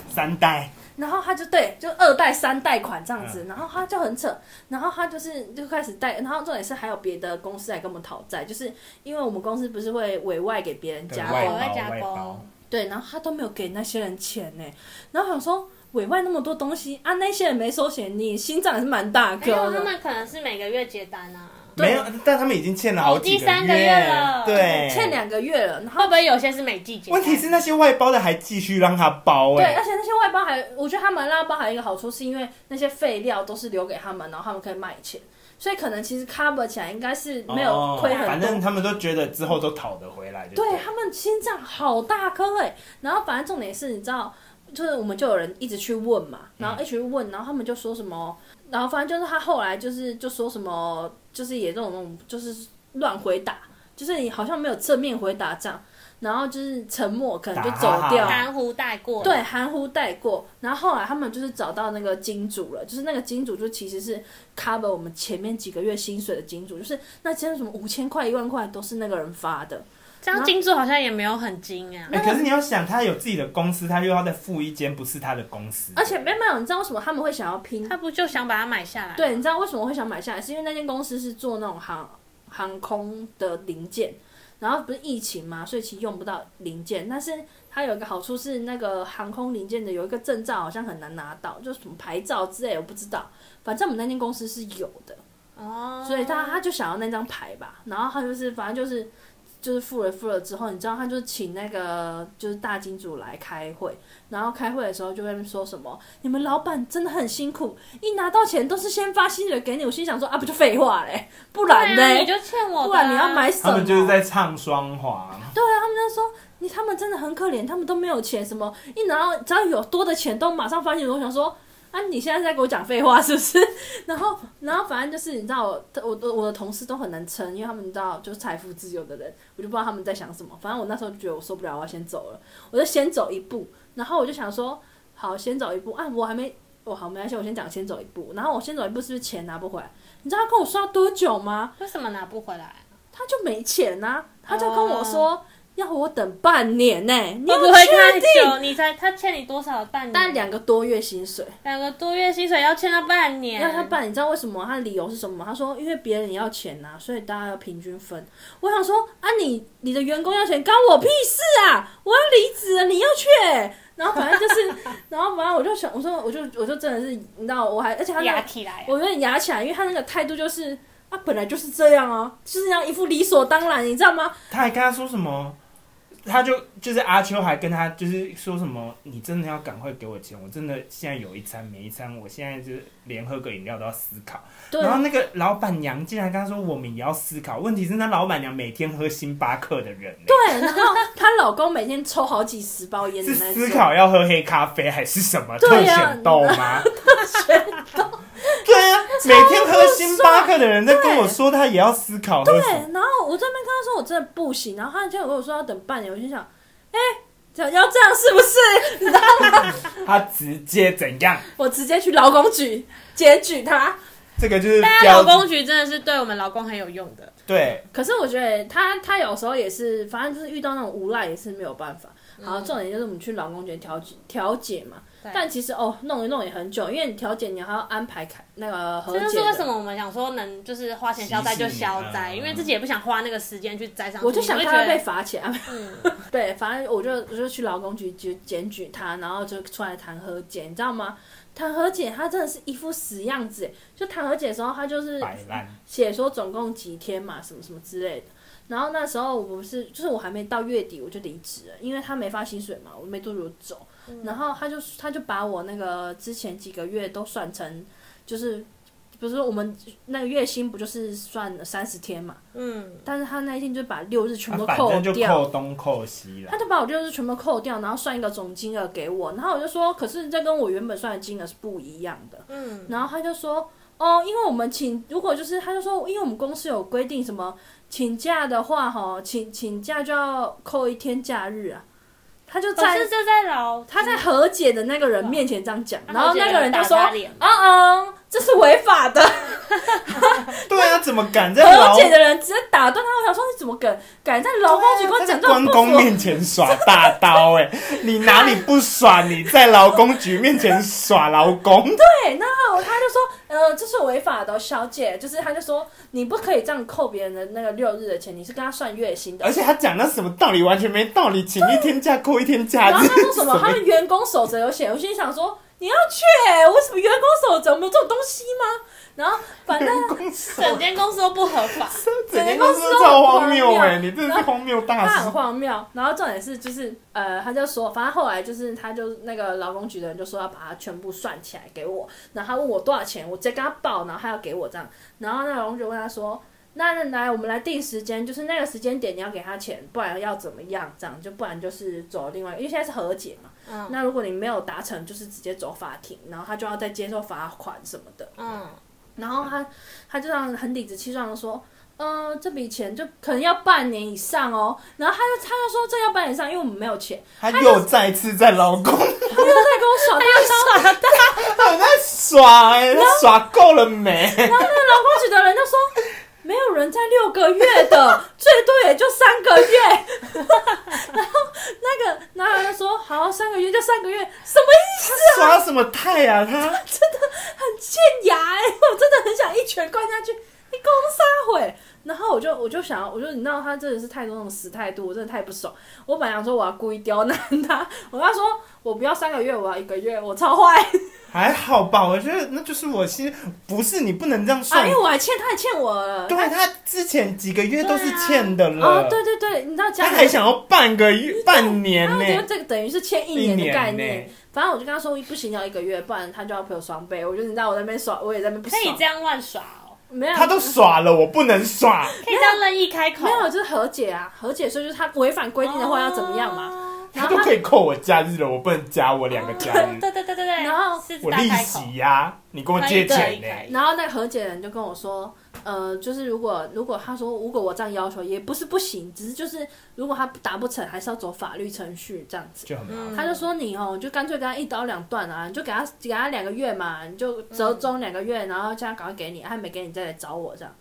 S1: 三代，
S2: 然后他就对，就二贷三贷款这样子，然后他就很扯，然后他就是就开始贷，然后重点是还有别的公司来跟我们讨债，就是因为我们公司不是会委外给别人
S1: 对
S2: 加
S1: 外
S2: 工，
S1: 包
S3: 外加
S1: 外
S3: 工
S1: 包
S2: 对，然后他都没有给那些人钱呢、然后想说委外那么多东西啊，那些人没收钱，你心脏也是蛮大
S3: 还有
S2: 颗
S3: 他
S2: 的，
S3: 们可能是每个月结单啊，
S2: 对
S1: 没有，但他们已经欠了好几
S3: 第三个月了
S1: 对，
S2: 欠两个月了，然后
S3: 会不会有些是每季结单？
S1: 问题是那些外包的还继续让他包
S2: 对，
S1: 哎、
S2: 而且那些外包还，我觉得他们拉包还有一个好处，是因为那些废料都是留给他们，然后他们可以卖钱，所以可能其实 cover 起来应该是没有亏
S1: 哦
S2: 很
S1: 反
S2: 多。
S1: 正他们都觉得之后都讨得回来就
S2: 对
S1: 对
S2: 他们心脏好大颗哎、然后反正重点是，你知道，就是我们就有人一直去问嘛，然后一直去问，然后他们就说什么，然后反正就是他后来就是就说什么，就是也这种就是乱回答，就是你好像没有正面回答这样，然后就是沉默，可能就
S1: 打
S2: 走
S1: 哈哈
S2: 掉。
S3: 含糊带过，
S2: 对，含糊带过。然后后来他们就是找到那个金主了，就是那个金主就其实是 cover 我们前面几个月薪水的金主，就是那些什么五千块、一万块都是那个人发的。
S3: 这样金主好像也没有很精啊。
S1: 哎、可是你要想，他有自己的公司，他又要再付一间不是他的公司，
S2: 而且没有没有，你知道为什么他们会想要拼？
S3: 他不就想把它买下来？
S2: 对，你知道为什么会想买下来？是因为那间公司是做那种航航空的零件，然后不是疫情嘛，所以其实用不到零件。但是它有一个好处是，那个航空零件的有一个证照好像很难拿到，就是什么牌照之类，我不知道。反正我们那间公司是有的。
S3: 哦，
S2: 所以他他就想要那张牌吧，然后他就是反正就是就是付了付了之后，你知道他就请那个就是大金主来开会，然后开会的时候就在那边说什么，你们老板真的很辛苦，一拿到钱都是先发薪水给你，我心想说啊，不就废话嘞，不然呢？
S3: 对啊你就欠我的啊、
S2: 不然你要买什么？
S1: 他们就是在唱双簧，
S2: 你他们真的很可怜，他们都没有钱，什么一拿到只要有多的钱都马上发现。我想说，啊，你现在在给我讲废话是不 是？然后，然后反正就是你知道我，我我我的同事都很难撑，因为他们你知道就是财富自由的人，我就不知道他们在想什么。反正我那时候就觉得我受不了，我要先走了，我就先走一步。然后我就想说，好，先走一步啊，我还没。我好，没关系，我先讲，先走一步。然后我先走一步，是不是钱拿不回来？你知道他跟我说要多久吗？
S3: 为什么拿不回来？
S2: 他就没钱呐、啊他就跟我说、要我等半年呢、你
S3: 哦会
S2: 有
S3: 不会太
S2: 确定？
S3: 久？你才他欠你多少半年？
S2: 但两个多月薪水，
S3: 两个多月薪水要欠到半年，
S2: 要他办，你知道为什么？他的理由是什么吗？他说因为别人也要钱呐、所以大家要平均分。我想说啊你，你的员工要钱，关我屁事啊！我要离职了，你要去欸、然后反正就是， 然后反正我就想，我说我就我就真的是，你知道，我还而且他那
S3: 压
S2: 个
S3: 起来啊。
S2: 我有点牙起来，因为他那个态度就是。啊，本来就是这样啊，就是这样一副理所当然，你知道吗？
S1: 他还跟他说什么？他就就是阿秋还跟他就是说什么，你真的要赶快给我钱，我真的现在有一餐没一餐，我现在就是连喝个饮料都要思考。
S2: 对，
S1: 然后那个老板娘竟然跟他说，我们也要思考。问题是那老板娘每天喝星巴克的人、欸，
S2: 对，然后她老公每天抽好几十包烟的
S1: 是
S2: 那
S1: 思
S2: 种，
S1: 考要喝黑咖啡还是什么特
S2: 对啊呀
S1: 选豆吗？特选豆， 对啊，每天喝星巴克的人在跟我说他也要思考喝什么。
S2: 对，然后我这边跟他说我真的不行，然后他就跟我说要等半年，我就想，哎、要要这样是不是？ 然后
S1: 他直接怎样？
S2: 我直接去劳工局检举他。
S1: 这个就是
S3: 大家
S1: 标
S3: 劳工局真的是对我们劳工很有用的，
S1: 对，
S2: 可是我觉得他他有时候也是，反正就是遇到那种无赖也是没有办法。好，重点就是我们去劳工局调解调解嘛，
S3: 嗯对
S2: 但其实哦弄一弄也很久，因为你调解你还要安排开那个和
S3: 这
S2: 解
S3: 就
S2: 的。
S3: 是为什么我们想说能就是花钱消灾就消灾，
S1: 息事宁人
S3: 因为自己也不想花那个时间去栽上
S2: 啊
S3: 去。
S2: 我就想
S3: 你
S2: 看
S3: 会
S2: 他
S3: 觉
S2: 被
S3: 得，
S2: 罚钱，
S3: 嗯，
S2: 对，反正我就我就去劳工局就检举他，然后就出来谈和解，你知道吗？谈和解，他真的是一副死样子耶。就谈和解的时候，他就是
S1: 摆烂。
S2: 写说总共几天嘛，什么什么之类的。然后那时候我不是，就是我还没到月底我就离职了，因为他没发薪水嘛，我没多久就走。
S1: 嗯
S2: 然后他就他就把我那个之前几个月都算成，就是比如说我们那个月薪不就是算三十天嘛，
S3: 嗯，
S2: 但是他那一天就把六日全
S1: 啊
S2: 部
S1: 反
S2: 扣
S1: 正就
S2: 掉，
S1: 扣东扣西了
S2: 他。就把我六日全部扣掉，然后算一个总金额给我，然后我就说，可是这跟我原本算的金额是不一样的。
S3: 嗯，
S2: 然后他就说，哦，因为我们请，如果就是他就说，哦因为我们公司有规定什么请假的话，哈，请请假就要扣一天假日啊。他就
S3: 可
S2: 在
S3: 是这在劳，
S2: 哦他在和解的那个人面前这样讲，
S3: 他
S2: 然后那个人就说，
S3: 打
S2: 啊
S3: 他脸
S2: 嗯，这是违法的。
S1: 对啊，怎么敢在啊
S2: 和
S1: 劳
S2: 解的人直接打断他，我想说你怎么敢敢在劳工局跟我
S1: 在
S2: 讲这种
S1: 关
S2: 不
S1: 公
S2: 符
S1: 面前耍大刀、欸？哎，你哪里不耍？你在劳工局面前耍劳工？
S2: 对，啊然后他就说，呃，这是违法的哦，小姐，就是他就说你不可以这样扣别人的那个六日的钱，你是跟他算月薪的。
S1: 而且他讲那什么道理完全没道理，请一天假扣一天假，
S2: 然后
S1: 这
S2: 他
S1: 是
S2: 说什么，他们员工守则有写，我心里想说你要去、为什么员工守则没有这种东西吗？然后反正
S1: 员工手
S3: 整间公司都不合 法，
S1: 整间
S2: 整个
S1: 公
S2: 公
S1: 司
S2: 司
S1: 都超荒
S2: 都
S1: 谬
S2: 荒
S1: 哎、
S2: 谬
S1: 你真的是荒谬大
S2: 他
S1: 师
S2: 很。荒谬。然后重点是就是呃，他就说，反正后来就是他就那个劳工局的人就说要把它全部算起来给我，然后他问我多少钱，我直接跟他报，然后他要给我这样，然后那劳工局问他说。那那来，我们来定时间，就是那个时间点你要给他钱，不然要怎么样？这样就不然就是走另外，因为现在是和解嘛。
S3: 嗯
S2: 那如果你没有达成，就是直接走法庭，然后他就要再接受罚款什么的。
S3: 嗯，
S2: 然后他他就让很理直气壮的说，嗯、这笔钱就可能要半年以上哦。然后他就他就说这要半年以上，因为我们没有钱。
S1: 他又再次在劳工，
S2: 他又在跟我耍大招，
S1: 他在耍哎、他耍够了没？
S2: 那劳工局的人就说，没有人在六个月 的，最多也就三个月。 然后那个那个人就说，好，三个月就三个月，什么意思？
S1: 耍什么态啊？他
S2: 很欠牙哎、我真的很想一拳灌下去，你攻杀毁。然后我就我就想要，我就你知道他真的是态度那种死态度，我真的太不爽。我本来想说我要故意刁难他，我跟他说我不要三个月，我要一个月，我超坏。
S1: 还好吧，我觉得那就是我心，不是你不能这样算。
S2: 啊，因为我还欠，他还欠我了。
S1: 对他之前几个月都是欠的了，
S2: 哦，对对对，你知道家
S1: 他
S2: 里
S1: 还想要半个月、半年
S2: 他
S1: 呢、
S2: 们啊觉得这个等于是欠一
S1: 一
S2: 年的
S1: 年
S2: 概
S1: 呢、
S2: 念。反正我就跟他说不行，要一个月，不然他就要赔我双倍。我就你知道我在那边耍，我也在那边不
S3: 可以
S2: 爽
S3: 这。样乱耍哦，
S2: 没有，
S1: 他都耍了，我不能耍。
S3: 可以这样任意开口，
S2: 没有，就是和解啊，和解，所以就是他违反规定的话要怎么样嘛。
S3: 嘛？
S2: 然
S1: 他都
S2: 后他
S1: 可以扣我假日了，我不能加我两个假日，
S3: 哦对对对对对，
S2: 然后
S3: 狮子
S1: 我
S3: 大
S1: 利
S3: 开口，
S1: 息呀、你跟我借钱呢、
S3: 可以
S2: 然后那个和解人就跟我说，呃，就是如果如果他说如果我这样要求也不是不行，只是就是如果他达不成，还是要走法律程序这样子。
S1: 就很麻
S3: 嗯
S1: 烦。
S2: 他就说你哦，就干脆跟他一刀两断啊，你就给他给他两个月嘛，你就折中两个月，然后叫他赶快给你，他没给你再来找我这样。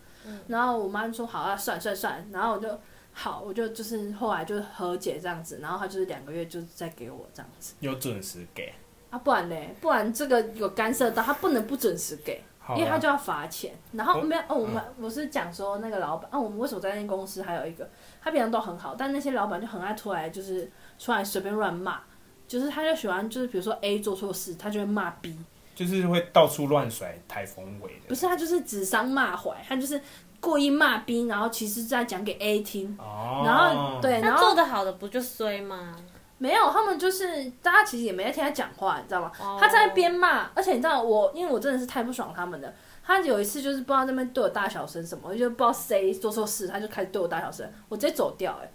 S2: 然后我妈就说好啊，算算算，然后我就好，我就就是后来就和解这样子，然后他就是两个月就再给我这样子
S1: 有准时给，
S2: 啊，不然嘞，不然这个有干涉到他不能不准时给，
S1: 好
S2: 因为他
S1: 啊
S2: 就要罚钱。然
S1: 哦
S2: 后没有哦，我们我是讲说那个老板啊，我们为什么在那间公司还有一个，他平常都很好，但那些老板就很爱出来，就是出来随便乱骂，就是他就喜欢就是比如说 A 做错事，他就会骂 B，
S1: 就是会到处乱甩台风尾的。
S2: 不是啊他就是指桑骂槐，他就是故意骂 B，然后其实在讲给 A 听，
S1: 哦，
S2: 然后对，然
S3: 那
S2: 后
S3: 做的好的不就衰吗？
S2: 没有，他们就是大家其实也没在听他讲话，你知道吗
S3: 哦
S2: 他在那边骂，而且你知道我，因为我真的是太不爽他们了。他有一次就是不知道那边对我大小声什么，我就不知道谁做错事，他就开始对我大小声，我直接走掉、欸，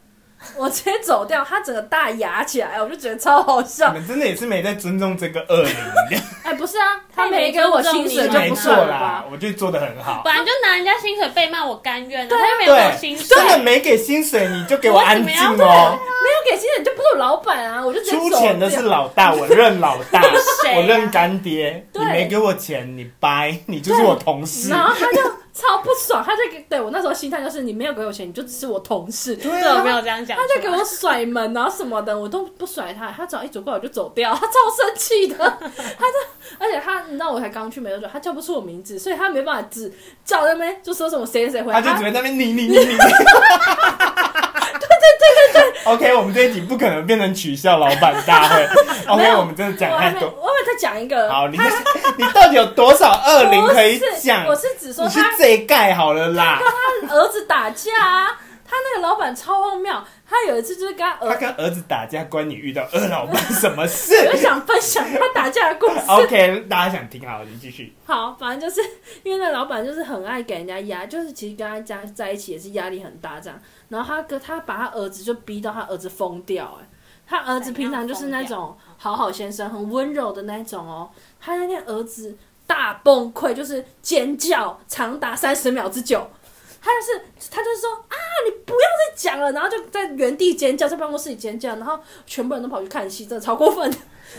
S2: 我直接走掉，他整个大牙起来，我就觉得超好笑
S1: 你。们真的也是没在尊重这个恶灵，
S2: 哎、不是啊，
S3: 他
S2: 他
S3: 也没
S2: 没给我薪水就
S1: 没
S2: 不
S1: 错
S2: 算了
S1: 啦
S2: 吧？，
S1: 我觉得做的很好。
S3: 本来就拿人家薪水被骂，我甘愿啊，
S2: 对啊
S3: 他没有给我
S1: 对
S3: 薪，水
S1: 真，的没给薪水你就给我
S3: 我怎
S1: 安
S3: 么
S1: 静
S3: 样
S1: 哦。
S2: 没有给薪水就不是我老板啊，我就直接走
S1: 出
S2: 掉。
S1: 钱的是老大，我认老大，
S3: 谁啊
S1: 我认干爹。
S2: 对
S1: 你没给我钱，你掰，你就是我同事
S2: 然。后他就超不爽，他就给对我那时候心态就是你没有给我钱，你就只是我同事。
S1: 对
S3: 对，我
S1: 啊
S3: 没，有这样讲出
S2: 他
S3: 来，
S2: 就给我甩门啊什么的，我都不甩他，他只要一走过来我就走掉， 他超生气的， 他就而且他你知道我才刚去没多久，他叫不出我名字，所以他没办法只叫那边就说什么谁谁谁回来，
S1: 他就只
S2: 他
S1: 会在那边你你你你。对 对对对对。OK，我们这一集不可能变成取笑老板大 会。
S2: 没
S1: OK，
S2: 有
S1: 我们真的讲
S2: 我
S1: 太
S2: 还没
S1: 多。
S2: 我还没再讲一个，
S1: 好，你就是你到底有多少恶灵可以
S2: 不是
S1: 讲
S2: 我？是指说
S1: 你去
S2: 他
S1: 这一盖好了啦。
S2: 跟儿子打架啊，他那个老板超荒谬，他有一次就是跟他
S1: 他
S2: 儿，
S1: 跟儿子打架，关你遇到二老板什么事
S2: 我就想分享他打架的故事。
S1: ？OK，大家想听好，你继续。
S2: 好，反正就是 因为那老板就是很爱给人家压，就是其实跟他家在一起也是压力很大这样。然后他跟他把他儿子就逼到他儿子疯掉、哎，他儿子平常就是那
S3: 怎
S2: 种好好先生，很温柔的那种哦。他那天儿子大崩溃，就是尖叫长达三十秒之久。他就是他就是说啊，你不要再讲了，然后就在原地尖叫，在办公室里尖叫，然后全部人都跑去看戏，真的超过分的。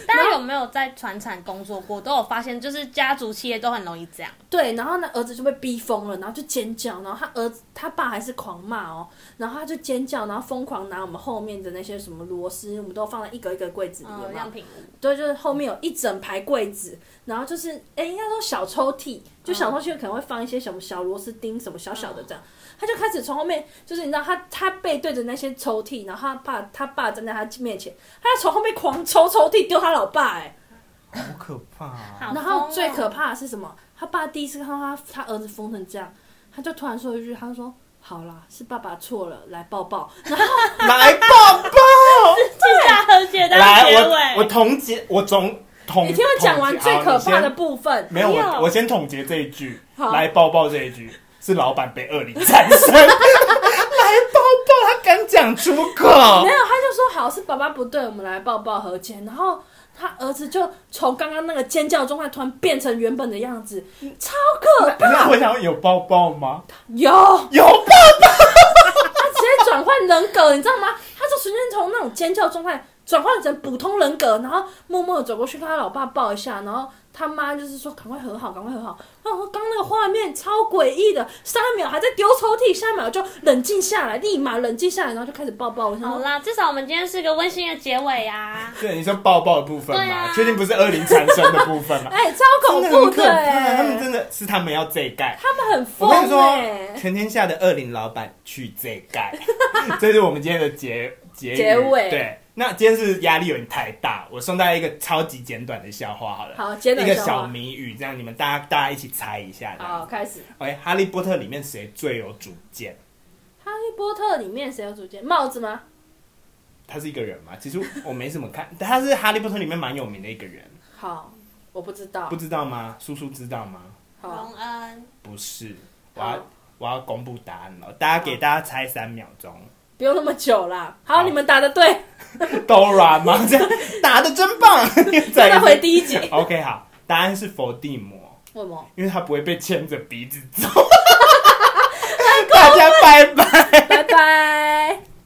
S3: 大家有没有在船厂工作过？都有发现，就是家族企业都很容易这样。
S2: 对，然后呢，儿子就被逼疯了，然后就尖叫，然后他儿子他爸还是狂骂哦，然后他就尖叫，然后疯狂拿我们后面的那些什么螺丝，我们都放在一格一格柜子里面
S3: 嗯，
S2: 嘛
S3: 样，品
S2: 对，就是后面有一整排柜子，然后就是，哎，应该说小抽屉，就小抽屉可能会放一些什么小螺丝钉，什么小小的这样。他就开始从后面，就是你知道他他背对着那些抽屉，然后他爸他爸站在他面前，他就从后面狂抽抽屉丢他老爸、哎，
S1: 好可怕、啊！
S3: 好
S2: 然
S3: 疯
S2: 后
S3: 哦
S2: 最可怕的是什么？他爸第一次看到他他儿子疯成这样，他就突然说一句，他说：“好啦，是爸爸错了，来 抱抱。”然后
S1: 来抱 抱，
S3: 是大和解的
S1: 来
S3: 结
S1: 我我
S3: 尾，
S1: 总结，我总统。
S2: 你听我讲完
S1: 统计
S2: 最
S1: 好
S2: 可
S1: 你
S2: 怕
S1: 先
S2: 的部分，
S1: 没有
S3: 没有
S1: 我，我先总结这一句，
S2: 好
S1: 来抱抱这一句是老板被恶灵缠身，来抱抱，他敢讲出口
S2: 没，有，他就说好是爸爸不对，我们来抱抱和解。然后他儿子就从刚刚那个尖叫状态突然变成原本的样子，超可怕。
S1: 那我想有抱抱吗？
S2: 有，他
S1: 有抱，
S2: 直接转换人格，你知道吗？他就瞬间从那种尖叫状态转换成普通人格，然后默默的走过去跟他老爸抱一下，然后。他妈就是说赶快和好，赶快和好。然后我刚刚那个画面超诡异的，上一秒还在丢抽屉，下一秒就冷静下来，立马冷静下来，然后就开始抱抱。我想
S3: 好
S2: 说，
S3: 啦，至少我们今天是个温馨的结尾啊。
S1: 对，你说抱抱的部分
S3: 对
S1: 嘛
S3: 啊，
S1: 确定不是恶灵缠身的部分嘛？
S2: 哎、超 恐
S1: 真的
S2: 怖
S1: 很可怕，
S2: 哎、
S1: 他们真的是他们要这一盖。
S2: 他们很
S1: 我
S2: 疯
S1: 跟你
S2: 哎、
S1: 说，全天下的恶灵老板去这一盖，这是我们今天的结结语
S2: 结尾
S1: 对，那今天是压力有点太大，我送大家一个超级简短的笑话好了，
S2: 好，简
S1: 一
S2: 短
S1: 个
S2: 笑
S1: 小
S2: 话。
S1: 谜语，这样你们大家大家一起猜一下。这样
S2: 哦好，开始。
S1: OK，哈利波特里面谁最有主见？
S2: 哈利波特里面谁有主见？帽子吗？
S1: 他是一个人吗？其实我没怎么看，但他是哈利波特里面蛮有名的一个人，
S2: 好，我不知道
S1: 不。知道吗？叔叔知道吗？
S2: 好，
S3: 隆恩，
S1: 不是，我要
S2: 好，
S1: 我要公布答案了，大家给大家猜三秒钟。
S2: 不用那么久啦。好，
S1: 好
S2: 你们答的对，
S1: Dora 吗？这样打的真棒！
S2: 再来回第一 集。
S1: OK，好，答案是伏地魔，
S2: 为什么？
S1: 因为他不会被牵着鼻子走。大家拜拜。